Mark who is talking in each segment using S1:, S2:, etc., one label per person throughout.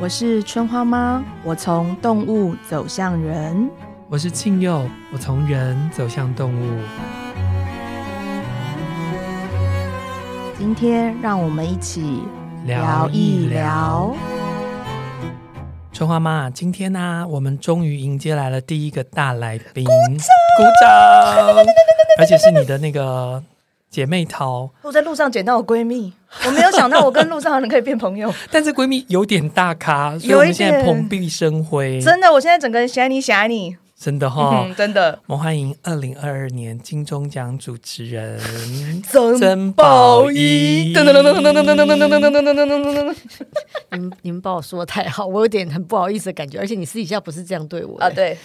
S1: 我是春花妈，我从动物走向人。
S2: 我是庆佑，我从人走向动物。
S1: 今天让我们一起
S2: 聊一聊。春花妈，今天呢、我们终于迎接来了第一个大来宾，鼓掌，而且是你的那个姐妹淘，
S3: 我在路上捡到我闺蜜，我没有想到我跟路上的人可以变朋友，
S2: 但是闺蜜有点大咖，所以我们现在蓬荜生辉，
S3: 真的，我现在整个人想你想你，
S2: 真的哈、
S3: 嗯，真的。
S2: 我们欢迎二零二二年金钟奖主持人
S3: 曾宝仪，
S2: 曾
S3: 噔噔噔噔噔噔噔
S2: 宝仪
S3: 噔噔噔噔噔噔噔噔噔
S4: 你们你们把我说的太好，我有点很不好意思的感觉，而且你私底下不是这样对我的
S3: 啊，，对，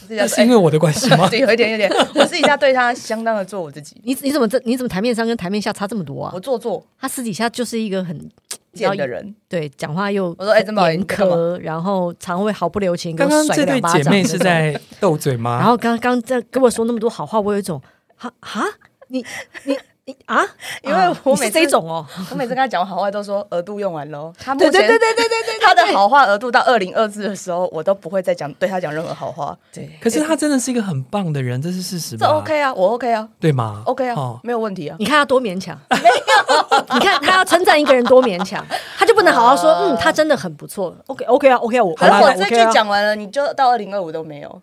S3: 自己
S2: 那是因为我的关系 吗？
S3: 对，有一点有一点，我私底下对她相当的做我自己，
S4: 你你怎么这你怎么台面上跟台面下差这么多啊
S3: 我？做作
S4: 他私底下就是一个很
S3: 嗯贱的，人，
S4: 对，讲话又
S3: 我说哎珍宝仪
S4: 严
S3: 你在干嘛
S4: 苛，然后常会毫不留情给
S2: 刚刚
S4: 我甩
S2: 这
S4: 个
S2: 对
S4: 两巴
S2: 姐
S4: 掌。
S2: 妹是，在斗嘴吗？
S4: 然后刚刚在跟我说那么多好话，我有一种哈哈，你你你啊，
S3: 因为
S4: 啊
S3: 我
S4: 你是
S3: 每次
S4: 这种哦，
S3: 我每次跟她讲好话都说额度用完 喽，她目
S4: 对
S3: 前
S4: 对对对对对对，
S3: 她的好话额度到二零二四的时候，我都不会再讲对她讲任何好话，对，
S2: 可是他真的是一个很棒的人，这是事实吧？
S3: 这 OK 啊，我 OK 啊
S2: 对吗
S3: ，OK 啊
S2: 哦，，
S3: 没有问题啊。
S4: 你看他多勉 强，没有？ 你看他要称赞一个人多勉强，他就不能好好说，
S3: 啊
S4: 嗯，他真的很不错。OK OK 啊，OK 啊，我
S3: 好了，
S4: OK
S3: 我
S4: 啊
S3: 这句
S4: OK 啊
S3: 讲完了，你就到二零二五都没有。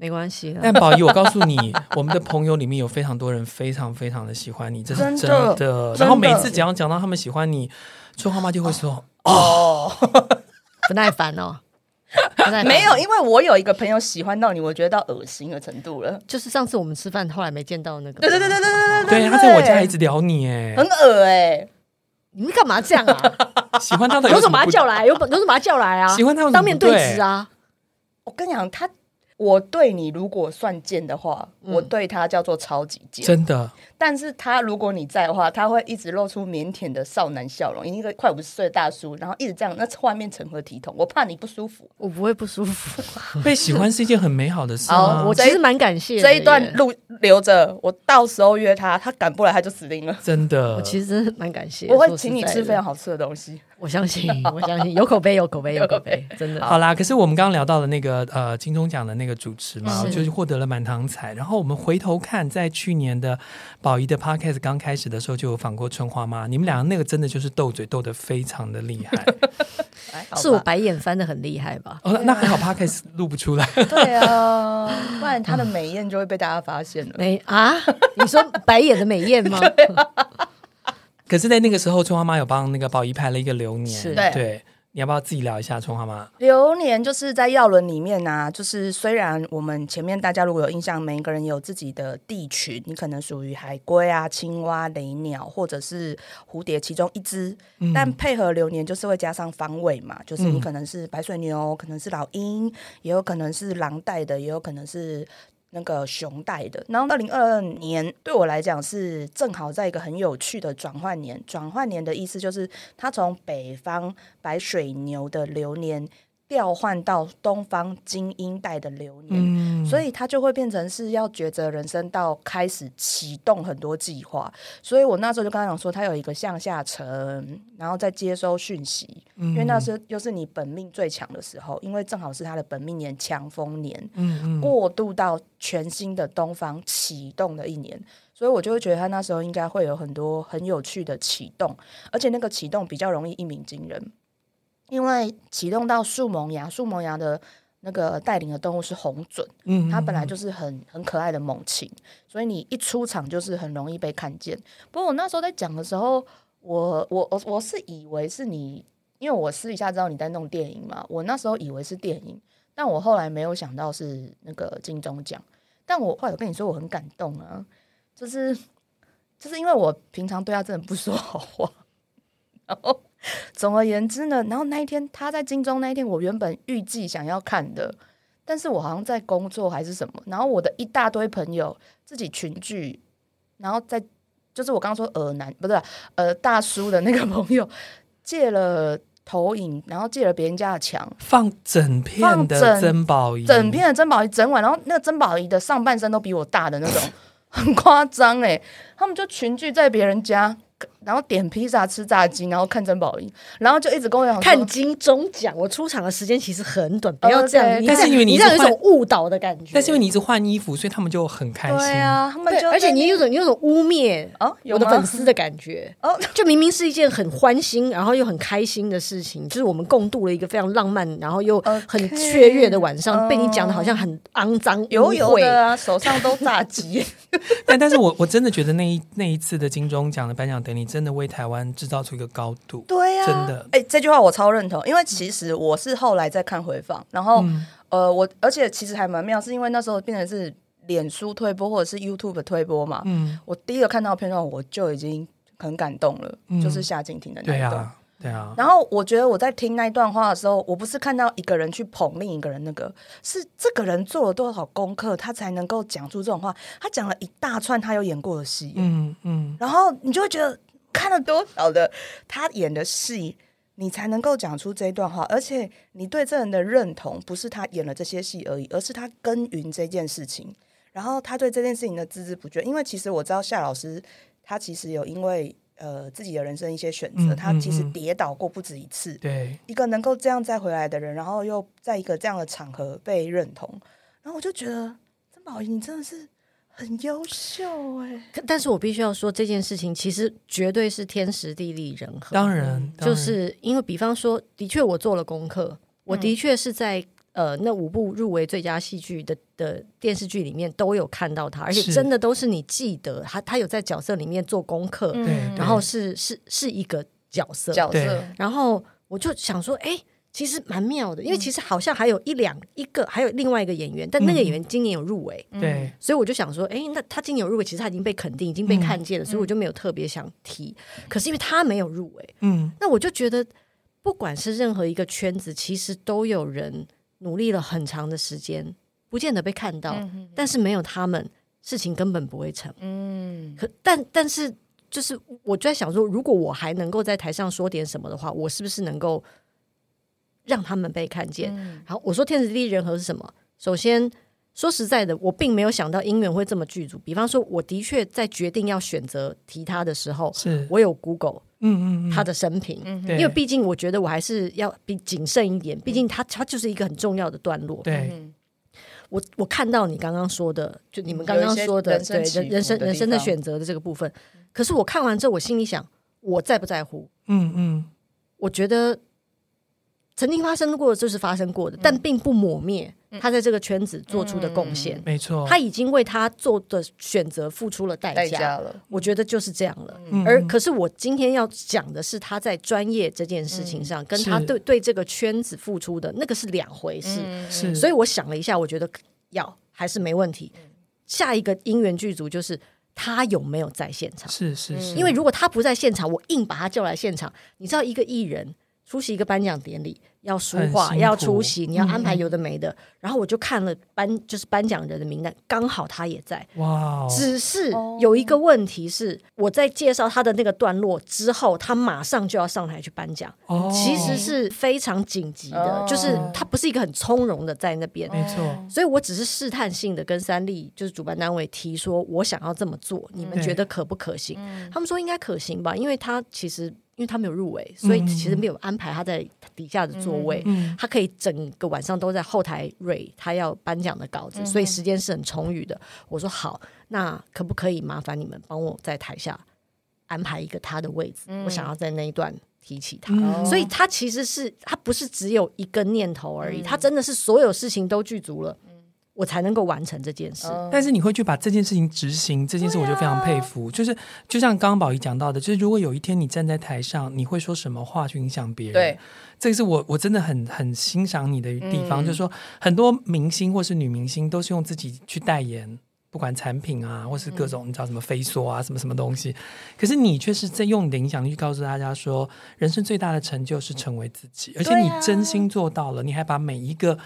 S4: 没关系啊啦
S2: 但宝仪，我告诉你， 我们的朋友里面有非常多人非常非常的喜欢你，这是真
S3: 真的
S2: 然后每
S3: 真的
S2: 次只要讲到他们喜欢你，春花妈就会说，
S3: 哦，
S4: 不耐烦哦，不耐烦
S3: 没有，，因为我有一个朋友喜欢到你，我觉得到恶心的程度了。
S4: 就是上次我们吃饭，后来没见到那个。
S3: 对对对对对对对
S2: 对，他在我家一直聊你，哎，
S3: 很恶哎、
S4: 你们干嘛这样啊？
S2: 喜欢他的
S4: 有
S2: 什
S4: 种把他
S2: 不
S4: 叫来，有本有种把他叫来啊！
S2: 喜欢他有什么
S4: 当面对
S2: 不对
S4: 质啊！
S3: 我跟你讲，他我对你如果算贱的话，我对他叫做超级贱。
S2: 真的，
S3: 但是他如果你在的话，他会一直露出腼腆的少男笑容，一个快五十岁的大叔，然后一直这样，那画面成何体统？我怕你不舒服。
S4: 我不会不舒服，
S2: 被喜欢是一件很美好的事
S3: 好
S2: 吗？
S4: 我
S3: 这
S4: 其实蛮感谢的
S3: 这一段
S4: 耶，
S3: 录留着，我到时候约他，他赶不来他就死定了。
S2: 真的，
S4: 我其实真的蛮感谢。
S3: 我
S4: 说
S3: 会
S4: 实
S3: 请你
S4: 在
S3: 吃
S4: 的
S3: 非常好吃的东西。
S4: 我相信，我相信有口碑，有口碑，有口碑，真的。
S2: 好啦，可是我们刚刚聊到了那个呃金钟奖的那个主持嘛，
S4: 是
S2: 就是获得了满堂彩。然后我们回头看，在去年的宝仪的 podcast 刚开始的时候，就有访过春花妈，你们俩那个真的就是斗嘴斗得非常的 厉害。
S3: 还好吧
S4: 是我白眼翻的很厉害吧？
S3: 啊
S2: 哦，那那还好 podcast 录不出来，
S3: 对啊，不然他的美艳就会被大家发现了。
S4: 没啊？你说白眼的美艳吗？
S2: 可是，在那个时候，春花妈有帮那个宝仪拍了一个流年，
S4: 是
S3: 对
S2: 对。你要不要自己聊一下春花妈？
S3: 流年就是在药轮里面啊，就是虽然我们前面大家如果有印象，每一个人有自己的地群，你可能属于海龟啊、青蛙、雷鸟或者是蝴蝶其中一只，但配合流年就是会加上方位嘛，就是你可能是白水牛，可能是老鹰，也有可能是狼带的，也有可能是那个熊带的。然后二零二二年对我来讲是正好在一个很有趣的转换年。转换年的意思就是，它从北方白水牛的流年调换到东方精英带的流年。
S2: 嗯，
S3: 所以它就会变成是要抉择人生到开始启动很多计划，所以我那时候就跟他讲说，他有一个向下沉，然后再接收讯息，因为
S2: 嗯
S3: 那是又是你本命最强的时候，因为正好是他的本命年强风年，
S2: 嗯嗯，
S3: 过渡到全新的东方启动的一年，所以我就会觉得他那时候应该会有很多很有趣的启动，而且那个启动比较容易一鸣惊人，因为启动到树萌芽，树萌芽的那个带领的动物是红隼。
S2: 嗯
S3: 它本来就是很很可爱的猛禽，所以你一出场就是很容易被看见。不过我那时候在讲的时候，我我我我是以为是你，因为我私底下知道你在弄电影嘛，我那时候以为是电影，但我后来没有想到是那个金钟奖。但我后来有跟你说我很感动啊，就是就是因为我平常对他真的不说好话， 然后。总而言之呢，然后那一天他在金钟那一天，我原本预计想要看的，但是我好像在工作还是什么，然后我的一大堆朋友自己群聚，然后在就是我刚刚说呃男不是呃大叔的那个朋友 借了投影，然后借了别人家的墙，
S2: 放整片
S3: 放
S2: 的
S3: 整
S2: 珍宝仪，
S3: 整片的珍宝仪整晚，然后那个珍宝仪的上 欸半身都比我大的那种，很夸张哎、他们就群聚在别人家。然后点披萨吃炸鸡，然后看珍宝仪，然后就一直跟我讲说
S4: 看金钟奖，我出场的时间其实很短，不要这样，
S3: 对
S4: 你
S3: 但
S2: 是因为你
S4: 你
S2: 一
S4: 这
S2: 直
S4: 样有一
S2: 换
S4: 种误导的感觉，
S2: 但是因为你一直换衣服，所以他们就很开心。
S3: 对啊，他们
S4: 对，
S3: 就
S4: 而且
S3: 在
S4: 你有种你有种污蔑
S3: 哦有
S4: 我的
S3: 吗
S4: 粉丝的感觉，
S3: 哦
S4: 就明明是一件很欢欣，然后又很开心的事情，就是我们共度了一个非常浪漫，然后又
S3: OK，
S4: 很雀跃的晚上，被你讲的好像很肮脏、
S3: 油油
S4: 污秽
S3: 的啊， 手上都炸鸡，
S2: 但但是我我真的觉得那一那一次的金钟奖的颁奖典礼，真的为台湾制造出一个高度。
S3: 对呀、
S2: 真的
S3: 哎、这句话我超认同，因为其实我是后来在看回放，然后、
S2: 嗯
S3: 呃，我而且其实还蛮妙，是因为那时候变成是脸书推播或者是 YouTube 推播嘛，
S2: 嗯，
S3: 我第一个看到片段我就已经很感动了，
S2: 嗯
S3: 就是夏静婷的那
S2: 对
S3: 一段。
S2: 啊，对啊，
S3: 然后我觉得我在听那一段话的时候，我不是看到一个人去捧另一个人，那个是这个人做了多少功课，他才能够讲出这种话。他讲了一大串他有演过的戏，
S2: 嗯嗯，
S3: 然后你就会觉得看了多少的他演的戏，你才能够讲出这一段话，而且你对这人的认同不是他演了这些戏而已，而是他耕耘这件事情，然后他对这件事情的孜孜不倦。因为其实我知道夏老师他其实有因为呃自己的人生一些选择，
S2: 嗯
S3: 他其实
S2: 嗯嗯
S3: 跌倒过不止一次，
S2: 对，
S3: 一个能够这样再回来的人，然后又在一个这样的场合被认同，然后我就觉得曾宝仪你真的是很优秀哎、
S4: 可但是我必须要说，这件事情其实绝对是天时地利人和，
S2: 当然当然
S4: 就是因为，比方说，的确我做了功课，我
S3: 嗯
S4: 的确是在、呃那五部入围最佳戏剧的的电视剧里面都有看到他，而且
S2: 是
S4: 真的都是你记得他，他有在角色里面做功课，
S3: 嗯
S2: 对，
S4: 然后是是是一个角色，
S3: 角色
S2: 对。
S4: 然后我就想说，哎、其实蛮妙的，因为
S3: 嗯
S4: 其实好像还有一两一个，还有另外一个演员，但
S3: 嗯
S4: 那个演员今年有入围，
S2: 对对
S4: 所以我就想说，哎，那他今年有入围，其实他已经被肯定，已经被
S3: 嗯
S4: 看见了，所以我就没有特别想提。可是因为他没有入围，
S2: 嗯，
S4: 那我就觉得，不管是任何一个圈子，其实都有人努力了很长的时间，不见得被看到，
S3: 嗯
S4: 但是没有他们，事情根本不会成。
S3: 嗯，
S4: 可但但是就是我就在想说，如果我还能够在台上说点什么的话，我是不是能够让他们被看见？
S3: 嗯
S4: 好，我说天时地利人和是什么？首先，说实在的，我并没有想到姻缘会这么剧组。比方说，我的确在决定要选择提他的时候，
S2: 是，
S4: 我有 Google
S2: 嗯嗯嗯，
S4: 他的生平，
S2: 对
S4: 因为毕竟我觉得我还是要比谨慎一点，毕竟他他就是一个很重要的段落。
S2: 对
S3: 嗯
S4: 我我看到你刚刚说的，就你们
S3: 嗯
S4: 刚
S3: 有
S4: 刚
S3: 一些
S4: 说的，
S3: 人生
S4: 对
S3: 起
S4: 人
S3: 伏
S4: 人生
S3: 的
S4: 人
S3: 地
S4: 生的
S3: 方
S4: 选择的这个部分，可是我看完之后，我心里想，我在不在乎？
S2: 嗯嗯，
S4: 我觉得曾经发生过的就是发生过的，但
S3: 嗯
S4: 并不抹灭他在这个圈子做出的贡
S3: 嗯
S4: 献。
S2: 没错，
S4: 他已经为他做的选择付出了代
S3: 代
S4: 价，
S3: 价了，
S4: 我觉得就是这样了。
S2: 嗯
S4: 而可是我今天要讲的是他在专业这件事情上，跟他
S2: 嗯是
S4: 对对这个圈子付出的那个是两回事。
S2: 是，
S4: 所
S2: 以
S4: 以我想了一下，我觉得要还是没问题。下一个姻缘剧组就是他有没有在现场？
S2: 是是是，
S4: 嗯因为如果他不在现场，我硬把他叫来现场。你知道，一个艺人出席一个颁奖典礼，要书
S2: 很
S4: 画，
S2: 辛苦嗯
S4: 要出席，你要安排有的没的。然后我就看了颁，就是颁奖人的名单，刚好他也在。
S2: 哇哦，
S4: 只是有一个问题是，我在介绍他的那个段落之后，他马上就要上台去颁奖，
S2: 哦
S4: 其实是非常紧急的
S3: 哦，
S4: 就是他不是一个很从容的在那边。
S2: 没错，
S4: 所以我只是试探性的跟三立就是主办单位提说，我想要这么做，
S2: 嗯
S4: 你们觉得可不可行？
S3: 嗯
S4: 他们说应该可行吧，因为他其实因为他没有入围，所以其实没有安排他在底下的座位。
S2: 嗯
S4: 他可以整个晚上都在后台蕊他要颁奖的稿
S3: 嗯
S4: 子，所以时间是很充裕的。我说好，那可不可以麻烦你们帮我在台下安排一个他的位置？
S3: 嗯
S4: 我想要在那一段提起他。
S3: 哦
S2: 嗯
S4: 所以他其实是他不是只有一个念头而
S3: 嗯
S4: 已，他真的是所有事情都具足了，我才能够完成这件事。
S3: 哦嗯
S2: 但是你会去把这件事情执行，这件事我就非常
S4: 啊
S2: 佩服。就是就像刚刚宝仪讲到的，就是如果有一天你站在台上，你会说什么话去影响别人？
S3: 对，
S2: 这个是我我真的很很欣赏你的地方，
S3: 嗯
S2: 就是说很多明星或是女明星都是用自己去代言。不管产品啊，或是各
S3: 嗯
S2: 种你知道什么飞梭啊，什么什么东西，可是你却是在用你的影响力去告诉大家说，人生最大的成就是成为自己，而且
S3: 对
S2: 你
S3: 啊
S2: 真心做到了，你还把每一个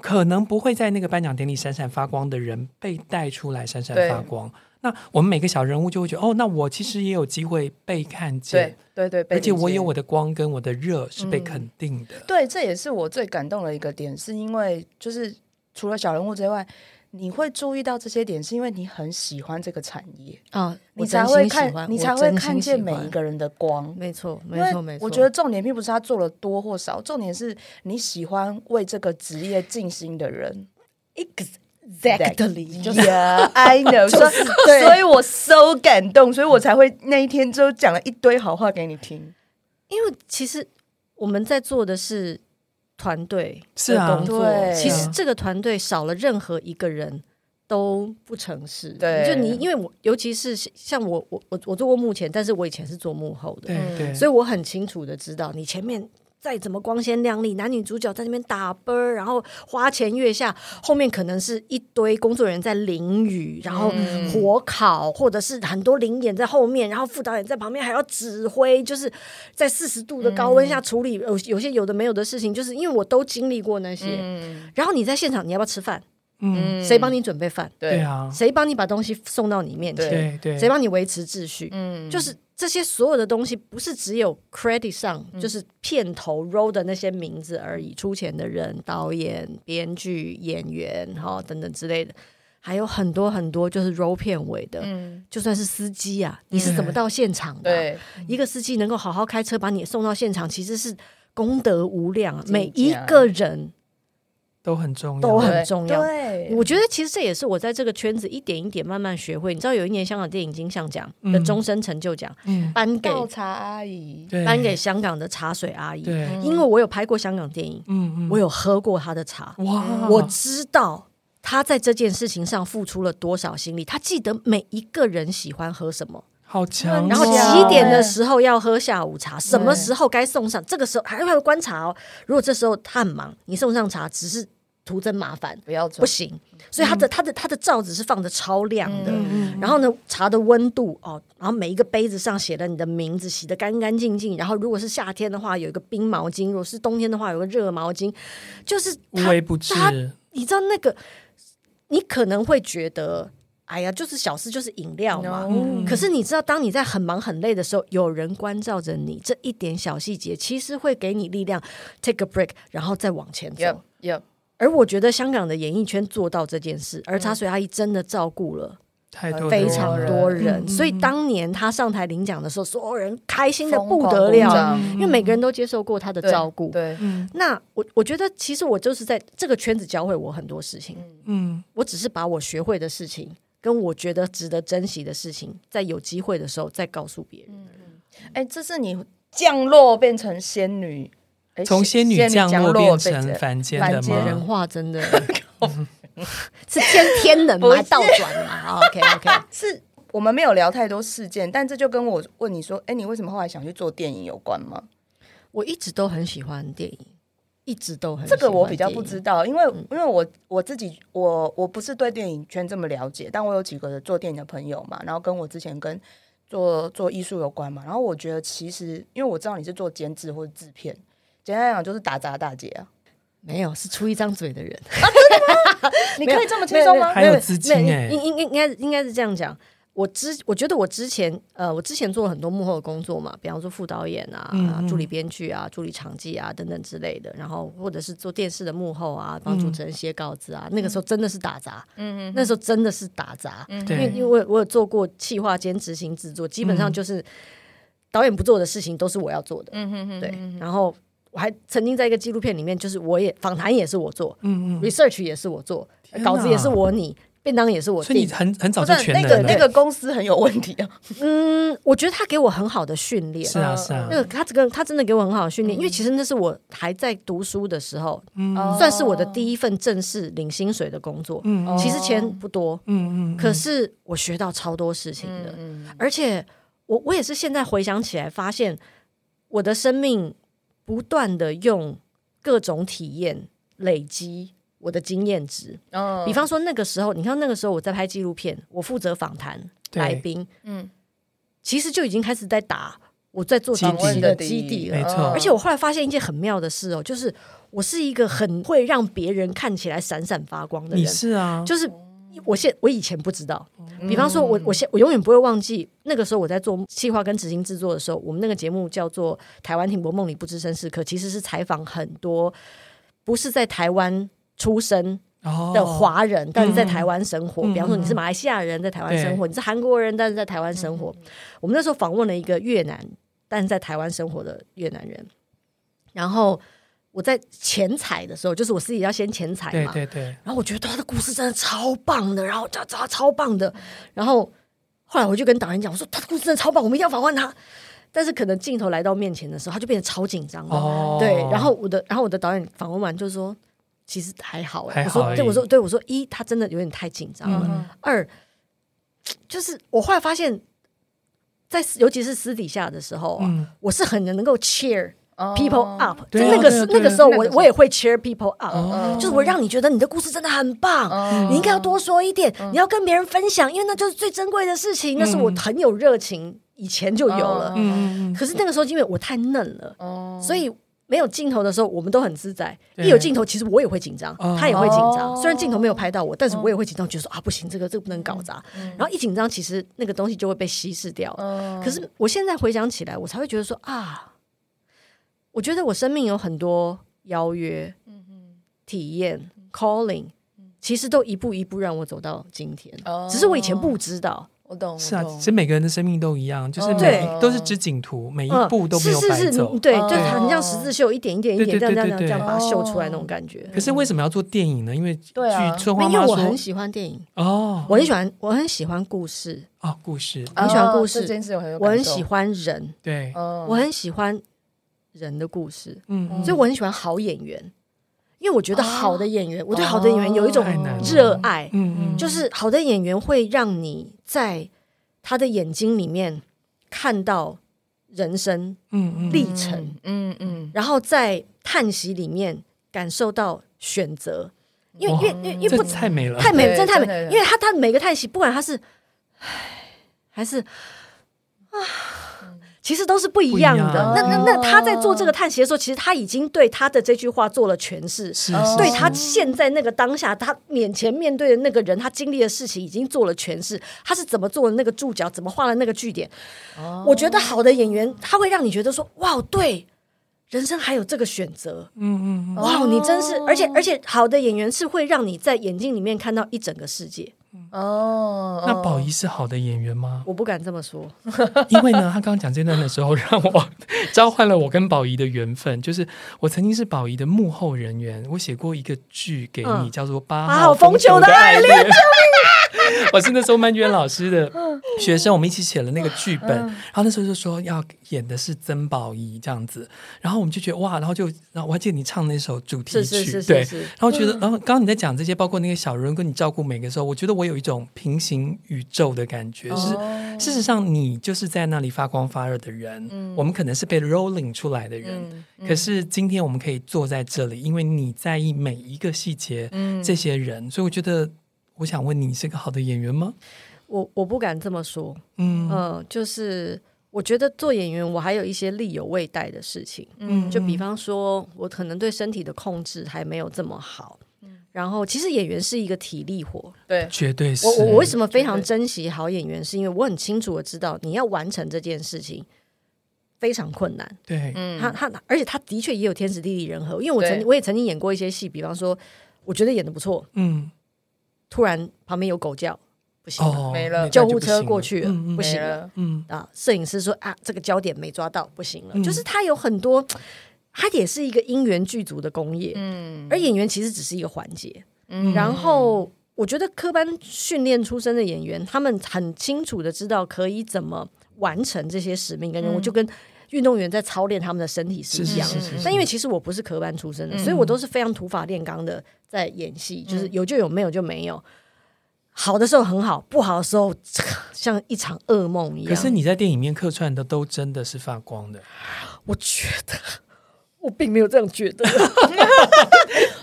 S2: 可能不会在那个颁奖典礼闪闪发光的人被带出来闪闪发光。那我们每个小人物就会觉得，哦，那我其实也有机会被看见
S3: 对，对对，被
S2: 而且
S3: 理
S2: 我
S3: 解
S2: 有我的光跟我的
S4: 嗯
S2: 热是被肯定的。
S3: 对，这也是我最感动的一个点，是因为就是除了小人物之外，你会注意到这些点，是因为你很喜欢这个产业，
S4: 啊，
S3: 你
S4: 我
S3: 才
S4: 真心
S3: 会
S4: 喜
S3: 看，
S4: 欢
S3: 你
S4: 我
S3: 才会
S4: 真
S3: 看
S4: 心
S3: 见
S4: 喜
S3: 每
S4: 欢
S3: 一个人的光。
S4: 没错，没
S3: 因为
S4: 错，没错。
S3: 我觉得重点并不是他做了多或少，重点是你喜欢为这个职业尽心的人。
S4: exactly 就是
S3: Yeah，I know，所以
S4: 对
S3: 所以我 so 感动，所以我才会那一天之后讲了一堆好话给你听。
S4: 因为其实我们在做的是团队
S2: 是
S4: 的
S2: 啊
S4: 工作，
S3: 对
S4: 其
S2: 是
S4: 实
S2: 啊
S4: 这个团队少了任何一个人都不成事。
S3: 对
S4: 就你，因为我尤其是像我，我我我做过幕前，但是我以前是做幕后的，
S2: 对对，
S4: 所以我很清楚的知道你前面。再怎么光鲜亮丽，男女主角在那边打啵儿，然后花前月下，后面可能是一堆工作人员在淋雨，然后
S3: 嗯
S4: 火烤，或者是很多零演在后面，然后副导演在旁边还要指挥，就是在四十度的高温下处理有有些有的没有的事情，就是因为我都经历过那些。
S3: 嗯
S4: 然后你在现场，你要不要吃饭？
S2: 嗯，
S4: 谁帮你准备饭？
S2: 对，啊，
S4: 谁帮你把东西送到你面前？
S2: 对对，
S4: 谁帮你维持秩序？
S3: 嗯
S4: 就是这些所有的东西，不是只有 credit 上，
S3: 嗯
S4: 就是片头 roll 的那些名字而已，出钱的人、导演、编剧、演员，哈、等等之类的，还有很多很多就是 roll 片尾的，
S3: 嗯，
S4: 就算是司机啊，你是怎么到现场的啊、
S3: 对，
S4: 一个司机能够好好开车把你送到现场，其实是功德无量啊，
S3: 真
S4: 每一
S3: 假
S4: 个人
S2: 都很重要，
S4: 都很
S3: 对
S4: 重要
S3: 对，啊
S4: 我觉得其实这也是我在这个圈子一点一点慢慢学会。你知道，有一年香港电影金像奖的
S2: 嗯
S4: 终身成就奖、
S2: 嗯，
S4: 颁给
S3: 倒茶阿姨，
S2: 对，
S4: 颁给香港的茶水阿姨，
S2: 对，
S3: 嗯
S4: 因为我有拍过香港电影，
S2: 嗯嗯，嗯
S4: 我有喝过她的茶，
S2: 哇，
S4: 我知道她在这件事情上付出了多少心力。她记得每一个人喜欢喝什么，
S2: 好强哦，
S4: 然后
S3: 是啊
S4: 几点的时候要喝下午
S2: 嗯
S4: 茶，什么时候该送上，这个时候还要观察哦。如果这时候她很忙，你送上茶只是徒增麻烦，
S3: 嗯不要
S4: 不
S3: 走，
S4: 行。所以她的她的她的罩子是放的超亮的，
S2: 嗯嗯
S4: 然后呢，茶的温度哦，然后每一个杯子上写了你的名字，洗得干干净净。然后如果是夏天的话，有一个冰毛巾；如果是冬天的话，有个热毛巾。就是
S2: 无
S4: 它，
S2: 微不至，
S4: 他你知道那个，你可能会觉得，哎呀，就是小事，就是饮料嘛。
S2: 嗯
S4: 可是你知道，当你在很忙很累的时候，有人关照着你，这一点小细节其实会给你力量，take a break，然后再往前走。
S3: Yep Yep，
S4: 而我觉得香港的演艺圈做到这件事，而茶水阿姨真的照顾了。
S2: 太多
S4: 非
S2: 人
S4: 常
S2: 了
S4: 多
S2: 嗯
S4: 人，
S2: 嗯
S4: 所以
S2: 嗯
S4: 当年他上台领奖的时候，所有人开心的
S3: 疯
S4: 不
S3: 狂
S4: 得
S3: 鼓
S4: 了，
S3: 掌嗯
S4: 因为每个人都接受过他的
S3: 对
S4: 照顾。
S3: 对，
S2: 嗯
S4: 那我我觉得，其实我就是在这个圈子教会我很多事情，
S2: 嗯
S4: 我只是把我学会的事情。跟我觉得值得珍惜的事情，在有机会的时候再告诉别人。
S3: 哎，这是你降落变成仙女，哎
S2: 从仙女降落变成凡间的
S3: 凡间
S4: 人
S2: 吗？
S4: 话真的是天天能
S3: 不
S4: 吗？啊
S3: 是
S4: 倒转的嘛？OK OK，
S3: 是我们没有聊太多事件，但这就跟我问你说，哎，你为什么后来想去做电影有关吗？
S4: 我一直都很喜欢电影，一直都很
S3: 这个我
S4: 嗯喜欢
S3: 比较
S4: 电
S3: 不
S4: 影嗯
S3: 知道，因为因为我我自己我我不是对电影圈这么了解，但我有几个做电影的朋友嘛，然后跟我之前跟做做艺术有关嘛，然后我觉得其实因为我知道你是做监制或者制片，简单来讲就是打杂大姐啊，
S4: 没有，是出一张嘴的人。
S3: 你
S4: 没有
S3: 可以这么轻松吗？
S2: 还有资金
S4: 没有
S2: 哎
S4: 应应应应该应该是这样讲。我之我觉得我之前呃，我之前做了很多幕后的工作嘛，比方说副导演啊、
S2: 嗯
S4: 啊
S2: 嗯
S4: 助理编剧啊、助理场记啊等等之类的，然后或者是做电视的幕后啊，
S2: 嗯
S4: 帮主持人写稿子啊。那个时候真的是打杂，
S3: 嗯
S4: 那时候真的是打杂，因为因为
S2: 对，
S4: 我有我有做过企划兼执行制作，基本
S2: 嗯
S4: 上就是导演不做的事情都是我要做的，
S3: 嗯哼哼
S4: 对。然后我还曾经在一个纪录片里面，就是我也访谈也是我做，
S2: 嗯嗯，
S4: research 也是我做，呃
S2: 天哪
S4: 稿子也是我拟，便当也是我
S2: 所以
S4: 定
S2: 你。很很早
S3: 不
S2: 就是全
S3: 那
S2: 能
S3: 个
S2: 了，
S3: 那个公司很有问题啊，
S4: 嗯，我觉得他给我很好的训练。
S2: 是啊是啊
S4: 呃那，个他这个他真的给我很好的训练，因为其实那是我还在读书的时候，
S2: 嗯
S4: 算是我的第一份正式领薪水的工作。
S2: 嗯
S4: 其实钱不多，
S2: 嗯嗯，
S4: 可是我学到超多事情的，
S3: 嗯
S4: 而且我我也是现在回想起来，发现我的生命不断的用各种体验累积我的经验值。
S3: 嗯
S4: 比方说那个时候，你看那个时候我在拍纪录片，我负责访谈
S2: 对
S4: 来宾，
S3: 嗯
S4: 其实就已经开始在打我在做
S2: 基
S4: 主持
S3: 嗯
S2: 地
S4: 的基地
S2: 没
S4: 了。
S2: 错，
S4: 而且我后来发现一件很妙的事哦，就是我是一个很会让别人看起来闪闪发光的
S2: 你
S4: 人，
S2: 是嗯啊，
S4: 就是。我现我以前不知道，比方说
S3: 嗯
S4: 我我现我永远不会忘记那个时候我在做企划跟执行制作的时候，我们那个节目叫做《台湾停泊梦里不知身是客》，其实是采访很多不是在台湾出生，
S2: 哦
S4: 的华人，但是在台湾生活。
S2: 嗯
S4: 比方说你是马来西亚人，在台湾生活；你是韩国人，但是在台湾生活。
S2: 嗯
S4: 我们那时候访问了一个越南，但是在台湾生活的越南人。然后我在前采的时候，就是我自己要先前采
S2: 对
S4: 嘛。
S2: 对对，
S4: 然后我觉得他的故事真的超棒的，然后他他超棒的。然后后来我就跟导演讲，我说他的故事真的超棒，我们一定要访问他。但是可能镜头来到面前的时候，他就变得超紧张了。
S2: 哦，
S4: 对，然后我的，然后我的导演访问完就说，其实还好、欸。
S2: 还
S4: 我
S2: 好
S4: 说，
S2: 而
S4: 对，我
S2: 已
S4: 说，对，我说，一他真的有点太紧张了。
S2: 嗯
S4: 二就是我后来发现，在尤其是私底下的时候啊，
S2: 嗯
S4: 我是很能够 cheer
S3: 哦
S4: people up、
S2: 对
S4: 就
S2: 啊
S4: 那个
S2: 对啊
S4: 时
S2: 对啊
S4: 那个时候
S3: 那
S4: 我，
S3: 个
S4: 我
S3: 时候
S4: 也会 cheer people up，、
S2: 哦
S4: 就是我让你觉得你的故事真的很棒。
S3: 嗯
S4: 你应该要多说一点，你要跟别人分享，因为那就是最珍贵的事情。那是我
S2: 嗯
S4: 很有热情，以前就有了。
S3: 嗯
S2: 嗯嗯嗯，
S4: 可是那个时候，因为我太嫩了，
S3: 哦
S4: 所以没有镜头的时候，我们都很自在。
S2: 对
S4: 一有镜头，其实我也会紧张
S2: 哦，
S4: 他也会紧张。
S3: 哦
S4: 虽然镜头没有拍到我，但是我也会紧张，觉得说啊，不行，这个这个不能搞砸。
S2: 嗯
S4: 然后一紧张，其实那个东西就会被稀释掉。
S2: 哦
S3: 嗯
S4: 可是我现在回想起来，我才会觉得说啊，我觉得我生命有很多邀约、
S2: 嗯
S4: 体验、calling，其实都一步一步让我走到今天
S3: 哦。
S4: 只是我以前不知道，
S3: 我懂，我
S2: 是啊，
S3: 懂
S2: 其实每个人的生命都一样，就是
S3: 嗯
S2: 每
S4: 哦对
S2: 都是织景图，每一
S4: 嗯
S2: 步都没
S4: 是
S2: 有
S4: 是
S2: 白
S4: 是，嗯
S2: 走
S4: 你。对，
S3: 哦
S4: 就很像十字绣，一点一点一
S2: 对
S4: 点这
S2: 对
S4: 样这
S2: 对
S4: 样这
S2: 对
S4: 样这样
S2: 对
S4: 把它绣出来那种感觉。
S2: 可是为什么要做电影呢？因为
S3: 对啊
S2: 据春花
S4: 哦因为
S2: 妈
S4: 我
S2: 说，
S4: 很喜欢电影，
S2: 哦，
S4: 我很喜欢，我很喜欢故事，
S2: 哦，故事，
S4: 我很喜欢故
S3: 哦
S4: 事
S3: 这件事我很有
S4: 我
S3: 感
S4: 很
S3: 受
S4: 喜，欢人，
S2: 对，
S3: 嗯
S4: 我很喜欢人的故事，
S2: 嗯，嗯啊
S4: 所以我很喜欢好演员，因为我觉得好的演员，我对好的演员有一种
S2: 哦太难了
S4: 热爱，
S2: 嗯嗯，
S4: 就是好的演员会让你在他的眼睛里面看到人生，
S2: 嗯嗯
S4: 历程，
S3: 嗯嗯
S4: 然后在叹息里面感受到选择，因为因为因为因为
S2: 这
S4: 不
S2: 太美了，
S4: 太美，
S3: 对
S4: 真的太美
S3: 真的，
S4: 因为他他每个叹息，不管他是唉还是啊，其实都是不一样
S2: 不一样
S4: 的。那那
S3: 哦
S4: 那他在做这个叹息的时候，其实他已经对他的这句话做了诠释。
S2: 是
S3: 哦
S2: 是
S4: 对
S2: 是
S4: 他现在那个当下，他眼前面对的那个人，他经历的事情已经做了诠释。他是怎么做的那个注脚，怎么画了那个句点？
S3: 哦
S4: 我觉得好的演员，他会让你觉得说：“哇，哦对，人生还有这个选择。”
S2: 嗯嗯嗯，
S4: 哇，你真是，而且
S3: 哦
S4: 而且好的演员是会让你在眼睛里面看到一整个世界。
S3: 哦，
S2: 那宝仪是好的演员吗？
S4: 我不敢这么说，
S2: 因为呢，他刚刚讲这段的时候，让我召唤了我跟宝仪的缘分。就是我曾经是宝仪的幕后人员，我写过一个剧给你，
S4: 嗯
S2: 叫做《八
S4: 八
S2: 号
S4: 号
S2: 风
S4: 风球
S2: 的
S4: 的爱
S2: 恋》。 我是那时候曼娟老师的学生，我们一起写了那个剧本，
S4: 嗯
S2: 然后那时候就说要演的是曾宝仪这样子，然后我们就觉得哇，然后就，然后我还记得你唱那首主题曲，
S4: 是是是
S2: 对
S4: 是，是，嗯
S2: 然后觉得，然后刚刚你在讲这些，包括那个小人跟你照顾每个时候，我觉得我有一种平行宇宙的感觉，就是
S4: 哦嗯
S2: 事实上你就是在那里发光发热的人，我们可能是被 rolling 出来的人。
S3: 嗯
S2: 可是今天我们可以坐在这里，因为你在意每一个细节，
S3: 嗯
S2: 这些人，所以我觉得，我想问你，你是个好的演员吗？
S4: 我我不敢这么说，
S2: 嗯
S4: 嗯，就是我觉得做演员，我还有一些力有未逮的事情，
S2: 嗯
S4: 就比方说，我可能对身体的控制还没有这么好。
S2: 嗯
S4: 然后，其实演员是一个体力活。
S3: 对，
S2: 绝对是
S4: 我我我为什么非常
S3: 对对
S4: 珍惜好演员，是因为我很清楚的知道，你要完成这件事情非常困难。
S2: 对
S3: 嗯
S4: 他他，而且他的确也有天时地利人和，因为我
S3: 对
S4: 曾我也曾经演过一些戏，比方说我觉得演的不错，
S2: 嗯
S4: 突然旁边有狗叫，不行了，
S2: 哦
S3: 没了
S2: 那
S4: 救
S2: 就
S4: 护
S2: 不
S4: 车
S2: 行
S4: 过
S2: 了
S4: 去了，
S2: 嗯嗯
S4: 不行
S3: 没
S4: 了
S3: 了，
S2: 嗯
S4: 啊！摄影师说啊，这个焦点没抓到，不行了，
S2: 嗯
S4: 就是他有很多，它也是一个因缘具足的工业，
S3: 嗯
S4: 而演员其实只是一个环节，
S3: 嗯
S4: 然后。我觉得科班训练出身的演员，他们很清楚的知道可以怎么完成这些使命跟任务，就跟运动员在操练他们的身体是
S2: 是
S4: 一
S2: 是
S4: 样的。
S2: 是是，
S4: 但因为其实我不是科班出身的，所以我都是非常土法炼钢的在演戏，就是有就有，没有就没有。好的时候很好，不好的时候 像一场噩梦一样。
S2: 可是你在电影里面客串的都真的是发光的，
S4: 我觉得我并没有这样觉得，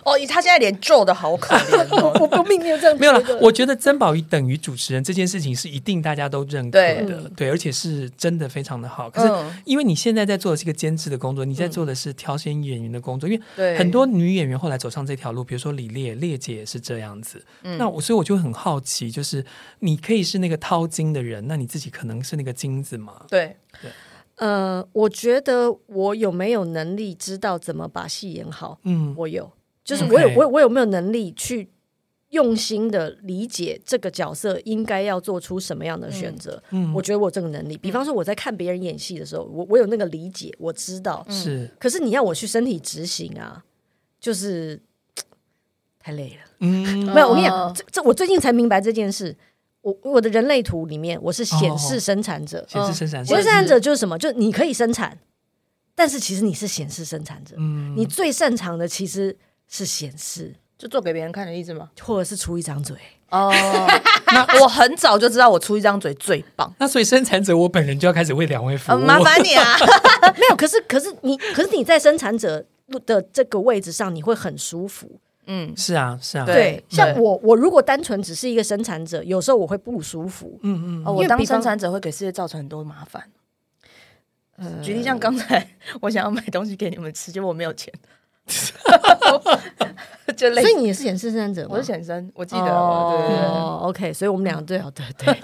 S3: 哦，他现在脸皱的好可怜 哦，
S4: 我我并没有这样
S2: 没
S4: 觉
S2: 有
S4: 得。
S2: 啦，我觉得曾宝仪等于主持人这件事情是一定大家都认可
S3: 对
S2: 的，对，而且是真的非常的好。可是
S3: 嗯
S2: 因为你现在在做的是一个监制的工作，你在做的是挑选演员的工作，因为
S3: 嗯对
S2: 很多女演员后来走上这条路，比如说李烈，烈姐也是这样子。
S3: 嗯
S2: 那我所以我就很好奇，就是你可以是那个掏金的人，那你自己可能是那个金子嘛？
S3: 对，
S4: 呃，我觉得我有没有能力知道怎么把戏演好？
S2: 嗯，
S4: 我有，就是我有
S2: OK
S4: 我有我有没有能力去用心的理解这个角色应该要做出什么样的选择。
S2: 嗯
S4: 我觉得我有这个能力，比方说我在看别人演戏的时候，我我有那个理解，我知
S3: 嗯
S4: 道。
S2: 是，
S4: 可是你要我去身体执行啊，就是嘖太累了。
S2: 嗯，
S4: 没有，我跟你讲，
S3: 哦
S4: 这这我最近才明白这件事。我我的人类图里面，我是显
S2: 哦
S4: 示生产者，
S2: 显示生产
S4: 我
S2: 者
S4: 的
S3: 是
S4: 生产者就是什么？就你可以生产，但是其实你是显示生产者，
S2: 嗯，
S4: 你最擅长的其实是显示，
S3: 就做给别人看的意思吗？
S4: 或者是出一 张嘴。
S3: 哦，那 我很早就知道我出一张嘴最棒。
S2: 那所以生产者，我本人就要开始为两位服务，
S3: 嗯，麻烦你啊！
S4: 没有，可是可是你可是你在生产者的这个位置上，你会很舒服。
S3: 嗯，
S2: 是啊，是啊，
S3: 对
S4: 像
S3: 对
S4: 我我如果单纯只是一个生产者，有时候我会不舒服。
S2: 嗯嗯，
S3: 哦
S4: 因
S3: 我
S4: 为
S3: 当
S4: 比方
S3: 生产者会给世界造成很多麻烦。
S2: 呃
S3: 举例像刚才， 我想要买东西给你们吃，结果我没有 钱，就累
S4: 所。以你也是显示生产者吗？
S3: 我是显生，我记得，
S2: 哦
S3: 对对
S2: 嗯
S3: 对。
S4: 哦，OK，所以我们两个最好对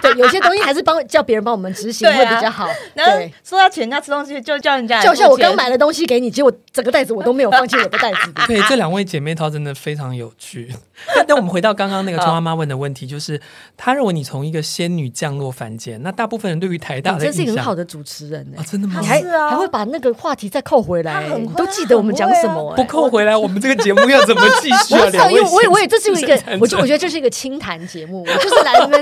S4: 对对，有些东西还是帮叫别人帮我们执行
S3: 对
S4: 会
S3: 啊
S4: 比较好。
S3: 然后
S4: 对，
S3: 说要请人家吃东西，就叫人家来
S4: 就像我
S3: 付钱
S4: 刚买的东西给你，结果整个袋子我都没有放进我的袋子里。
S2: 对，这两位姐妹淘真的非常有趣。但但我们回到刚刚那个钟妈妈问的问题，就是她认为你从一个仙女降落凡间，那大部分人对于台大
S4: 你
S2: 的
S4: 嗯真是一
S2: 印
S4: 个很
S2: 象
S4: 好的主持人呢、
S2: 啊，真的吗
S4: 你？还、
S3: 是啊
S4: 还会把那个话题再扣回
S3: 他
S4: 来、欸
S3: 很
S4: 你
S3: 会
S4: 都记得我们讲什么、
S2: 不
S4: 哎。
S2: 扣回来，我们这个节目要怎么继续
S4: 我
S2: 啊？
S4: 很少，
S2: 两
S4: 因为
S2: 位，
S4: 我也我也这是一个
S2: 生产，者
S4: 我就我觉得这是一个清谈节目，我就是来这边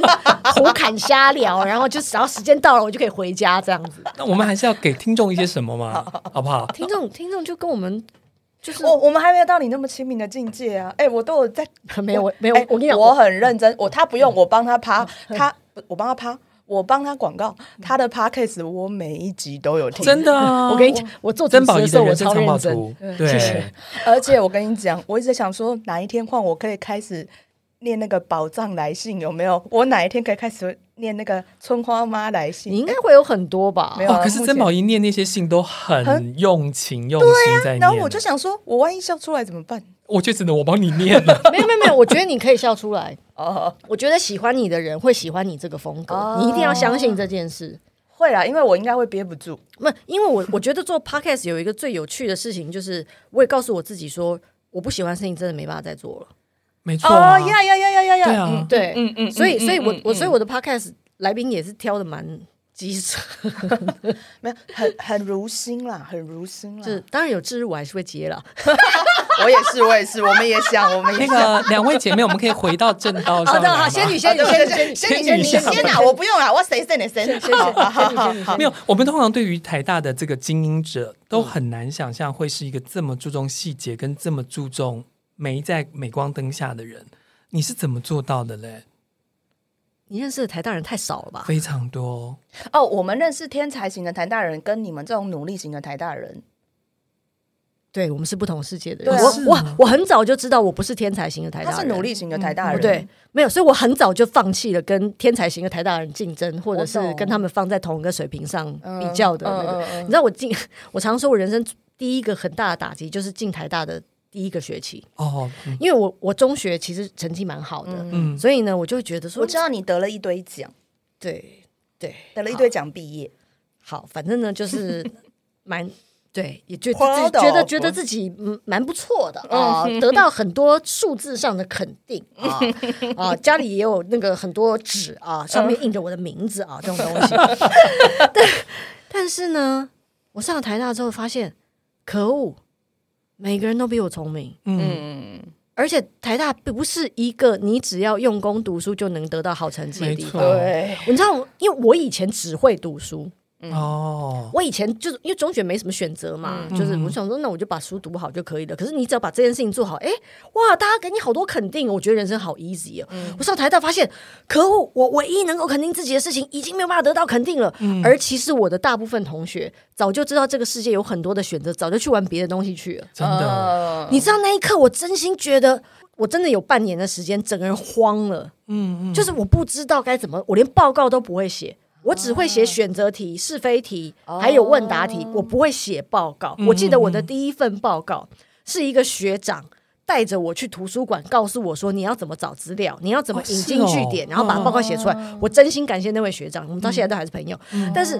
S4: 胡侃瞎聊，然后就只要时间到了，我就可以回家这样子。
S2: 那我们还是要给听众一些什么嘛，好不好？
S4: 听众听众就跟我们就是
S3: 我我们还没有到你那么亲民的境界啊！哎、我都有在，
S4: 没有我没有，
S3: 哎
S4: 我跟你嗯讲，
S3: 我很认真，我他不用我帮他趴，他我帮他趴，我帮他广告，他的 podcast 我每一集都有听，
S2: 真的啊，
S4: 我跟你讲，我做主
S2: 珍
S4: 持
S2: 宝
S4: 的
S2: 仪
S4: 时
S2: 的
S4: 候我
S2: 人生
S4: 超
S2: 藏宝
S4: 认真，嗯
S2: 图，
S4: 谢
S2: 对
S4: 谢，
S3: 而且我跟你讲，我一直想说，哪一天换我可以开始念那个宝藏来信有没有？我哪一天可以开始念那个春花妈来信？
S4: 你应该会有很多吧？
S3: 没有
S2: 哦
S3: 啊，
S2: 可是
S3: 目前
S2: 珍宝仪念那些信都很用情用
S4: 啊
S2: 心在念，
S3: 然后我就想说，我万一笑出来怎么办？
S2: 我就只能我帮你念 了，
S4: 没有没有没有，我觉得你可以笑出来。
S3: 哦，
S4: 我觉得喜欢你的人会喜欢你这个风格，
S3: 哦
S4: 你一定要相信这件事。
S3: 会啦，因为我应该会憋不住。
S4: 不，因为我 我觉得做 podcast 有一个最有趣的事情，就是我也告诉我自己说，我不喜欢的事情真的没办法再做了。
S2: 没错啊
S3: 哦，呀呀呀呀呀呀！
S2: 对啊
S3: 嗯
S4: 对
S3: 嗯嗯，
S4: 所以，
S3: 嗯
S4: 所以我
S3: 嗯
S4: 我
S3: 嗯
S4: 所以我的 podcast 来宾也是挑的蛮棘手，
S3: 没有很很如新啦，很如新啦。
S4: 就是当然有置入我还是会接了。
S3: 我也是，我也是，我们也想，我们也
S2: 那
S3: 想。
S2: 个两位姐妹，我们可以回到正道上
S4: 好
S2: 来
S4: 的，
S2: 吗
S4: 哦好，仙女，仙女，仙女，仙
S3: 啊
S2: 仙女
S4: 女，
S3: 先你
S2: 先
S3: 先啦，我不用啦，我谁谁你谁。好好好好好
S2: 没，有，我们通常对于台大的这个精英者，
S4: 嗯
S2: 都很难想象会是一个这么注重细节跟这么注重没在镁光灯下的人。你是怎么做到的嘞？
S4: 你认识的台大人太少了吧？
S2: 非常多，
S3: 哦，我们认识天才型的台大人，跟你们这种努力型的台大人，
S4: 对我们是不同世界的人。
S3: 对啊
S4: 我我我很早就知道我不是天才型的台大
S3: 他
S4: 人，
S3: 是努力型的台大
S4: 哦，
S3: 人，
S4: 对，没有，所以我很早就放弃了跟天才型的台大人竞争，或者是
S3: 我懂
S4: 跟他们放在同一个水平上
S3: 嗯，
S4: 比较的那个。
S3: 嗯嗯嗯
S4: 你知道我进，我常说我人生第一个很大的打击就是进台大的第一个学期，
S2: 哦，嗯
S4: 因为我我中学其实成绩蛮好的，
S3: 嗯，
S2: 嗯，
S4: 所以呢，我就会觉得说，
S3: 我知道你得了一堆奖，
S4: 对对，
S3: 得了一堆奖毕业，
S4: 好，反正呢就是 蛮。对，也觉得自
S3: Proud
S4: 己觉得
S3: of
S4: 觉得自己哦嗯蛮不错的啊、 得到很多数字上的肯定啊啊，家里也有那个很多纸啊，上面印着我的名字啊，这种 东西。但 但是呢，我上了台大之后发现，可恶，每个人都比我聪明，
S2: 嗯，
S3: 嗯，
S4: 而且台大不是一个你只要用功读书就能得到好成绩的
S2: 没
S4: 地
S2: 错
S4: 方。你知道我，因为我以前只会读书，
S2: 哦，
S4: 我以前就是因为中学没什么选择嘛，
S2: 嗯
S4: 就是我想说，那我就把书读好就可以了。可是你只要把这件事情做好，哎，哇，大家给你好多肯定，我觉得人生好 easy 哦。
S2: 嗯
S4: 我上台大发现，可恶，我唯一能够肯定自己的事情已经没有办法得到肯定了。
S2: 嗯
S4: 而其实我的大部分同学早就知道这个世界有很多的选择，早就去玩别的东西去了。
S2: 真
S3: 嗯
S2: 的，
S4: 你知道那一刻，我真心觉得。我真的有半年的时间，整个人慌了，
S2: 嗯嗯，
S4: 就是我不知道该怎么，我连报告都不会写，我只会写选择题、是非题，还有问答题，我不会写报告。我记得我的嗯第一份报告是一个学长。带着我去图书馆，告诉我说你要怎么找资料，你要怎么引经据典，
S2: 哦是哦
S4: 然后把报告写出来。我真心感谢那位学长，我们到现在都还是朋友。但是